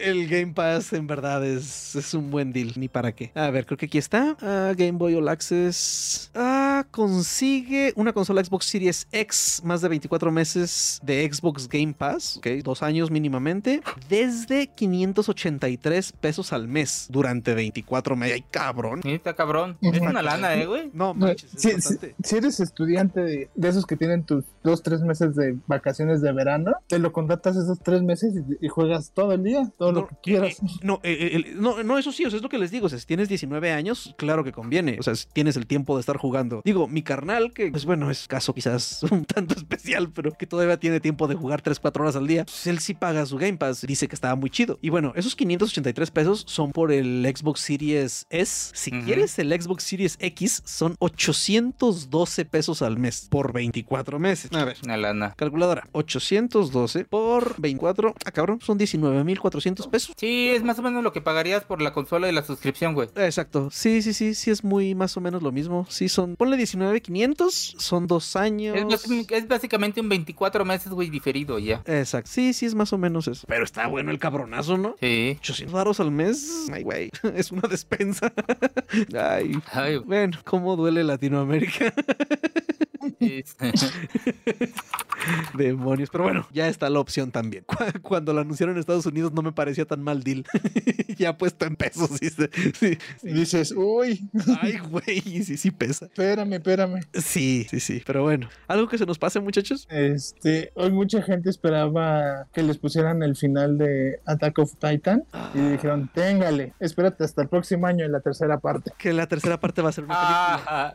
[SPEAKER 1] El Game Pass en verdad es, es un buen deal, ni para qué. A ver, creo que aquí está. Ah, Game Boy All Access. Ah, consigue una consola Xbox Series X, más de 24 meses de Xbox Game Pass, ok, dos años mínimamente, desde 583 pesos al mes durante 24 meses. ¡Ay, cabrón!
[SPEAKER 3] Sí, está cabrón. Es una lana, eh, güey.
[SPEAKER 2] No,
[SPEAKER 1] No, manches, es
[SPEAKER 2] si,
[SPEAKER 1] bastante.
[SPEAKER 2] si- si eres estudiante de, de esos que tienen tus dos, tres meses de vacaciones de verano, te lo contratas esos tres meses y, y juegas todo el día, todo
[SPEAKER 1] No,
[SPEAKER 2] lo que quieras.
[SPEAKER 1] eh, no, eh, el- no, no, eso sí, o sea, es lo que les digo. O sea, si tienes 19 años, claro que conviene. O sea, si tienes el tiempo de estar jugando. Digo, mi carnal, que pues bueno, es caso quizás *laughs* un tanto especial, pero que todavía tiene tiempo de jugar 3, 4 horas al día, pues él sí paga su Game Pass. Dice que estaba muy chido. Y bueno, esos 583 pesos son por el Xbox Series S. Si
[SPEAKER 3] Ujú.
[SPEAKER 1] quieres el Xbox Series X, son 812 pesos al mes por 24 meses. A ver.
[SPEAKER 3] Una lana.
[SPEAKER 1] Calculadora, 812 por 24. Ah, cabrón, son 19,400 pesos.
[SPEAKER 3] Sí, es más o menos lo que pagarías por la consola y la suscripción, güey.
[SPEAKER 1] Exacto. Sí, sí, sí, sí es muy más o menos lo mismo. Sí, son, ponle 19,500, son dos años.
[SPEAKER 3] Es, bas- es básicamente un 24 meses, güey, diferido ya.
[SPEAKER 1] Exacto. Sí, sí es más o menos eso. Pero está bueno el cabronazo, ¿no?
[SPEAKER 3] Sí.
[SPEAKER 1] 800 varos al mes. Ay, güey, *laughs* es una despensa. *laughs* Ay.
[SPEAKER 3] Ay,
[SPEAKER 1] *laughs*
[SPEAKER 3] güey. *laughs*
[SPEAKER 1] Bueno, cómo duele Latinoamérica. *laughs*
[SPEAKER 3] es-
[SPEAKER 1] Demonios. Pero bueno, ya está la opción también. Cu- Cuando lo anunciaron en Estados Unidos no me parecía tan mal deal. *laughs* ya puesto en pesos. Sí, se- sí.
[SPEAKER 2] Y dices, uy,
[SPEAKER 1] Ay, güey, sí, sí pesa.
[SPEAKER 2] espérame, espérame.
[SPEAKER 1] Sí, sí, sí. Pero bueno, algo que se nos pase, muchachos.
[SPEAKER 2] Este, hoy mucha gente esperaba que les pusieran el final de Attack of Titan
[SPEAKER 1] Ah.
[SPEAKER 2] y dijeron, téngale, espérate hasta el próximo año en la tercera parte.
[SPEAKER 1] que la tercera parte va a ser una película.
[SPEAKER 3] Ah,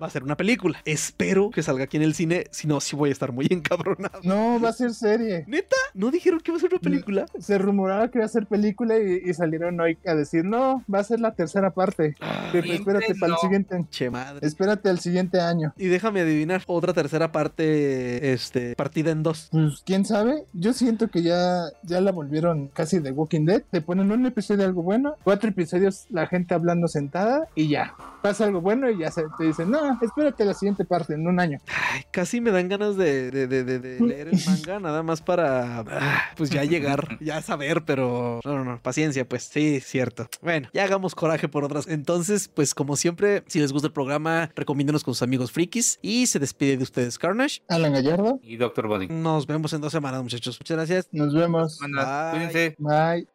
[SPEAKER 1] Va a ser una película. Espero que salga aquí en el cine, si no, sí voy a estar muy encabronado.
[SPEAKER 2] No, va a ser serie.
[SPEAKER 1] ¿Neta? ¿No dijeron que va a ser una película?
[SPEAKER 2] Se rumoraba que iba a ser película y, y salieron hoy a decir, no, va a ser la tercera parte.
[SPEAKER 1] Ah,
[SPEAKER 2] Pero
[SPEAKER 3] siempre
[SPEAKER 2] espérate para
[SPEAKER 3] no.
[SPEAKER 2] el siguiente.
[SPEAKER 1] Che madre.
[SPEAKER 2] Espérate al siguiente año.
[SPEAKER 1] Y déjame adivinar, otra tercera parte, este, partida en dos.
[SPEAKER 2] Pues quién sabe, yo siento que ya, ya la volvieron casi de Walking Dead. Te ponen un episodio algo bueno, cuatro episodios la gente hablando sentada y ya. Pasa algo bueno y ya se, te dicen, no, espérate la siguiente parte en un año.
[SPEAKER 1] Ay, casi me dan ganas de, de- de- de- de leer el manga, nada más para, ah, pues ya llegar, ya saber, pero no, no, no, paciencia, pues sí, cierto. Bueno, ya hagamos coraje por otras. Entonces, pues como siempre, si les gusta el programa, recomiéndenos con sus amigos frikis y se despide de ustedes, Carnage.
[SPEAKER 2] Alan Gallardo,
[SPEAKER 3] Y Doctor Body.
[SPEAKER 1] Nos vemos en dos semanas, muchachos. Muchas gracias.
[SPEAKER 2] nos vemos.
[SPEAKER 3] Manas,
[SPEAKER 1] Bye.
[SPEAKER 3] Cuídense.
[SPEAKER 2] Bye.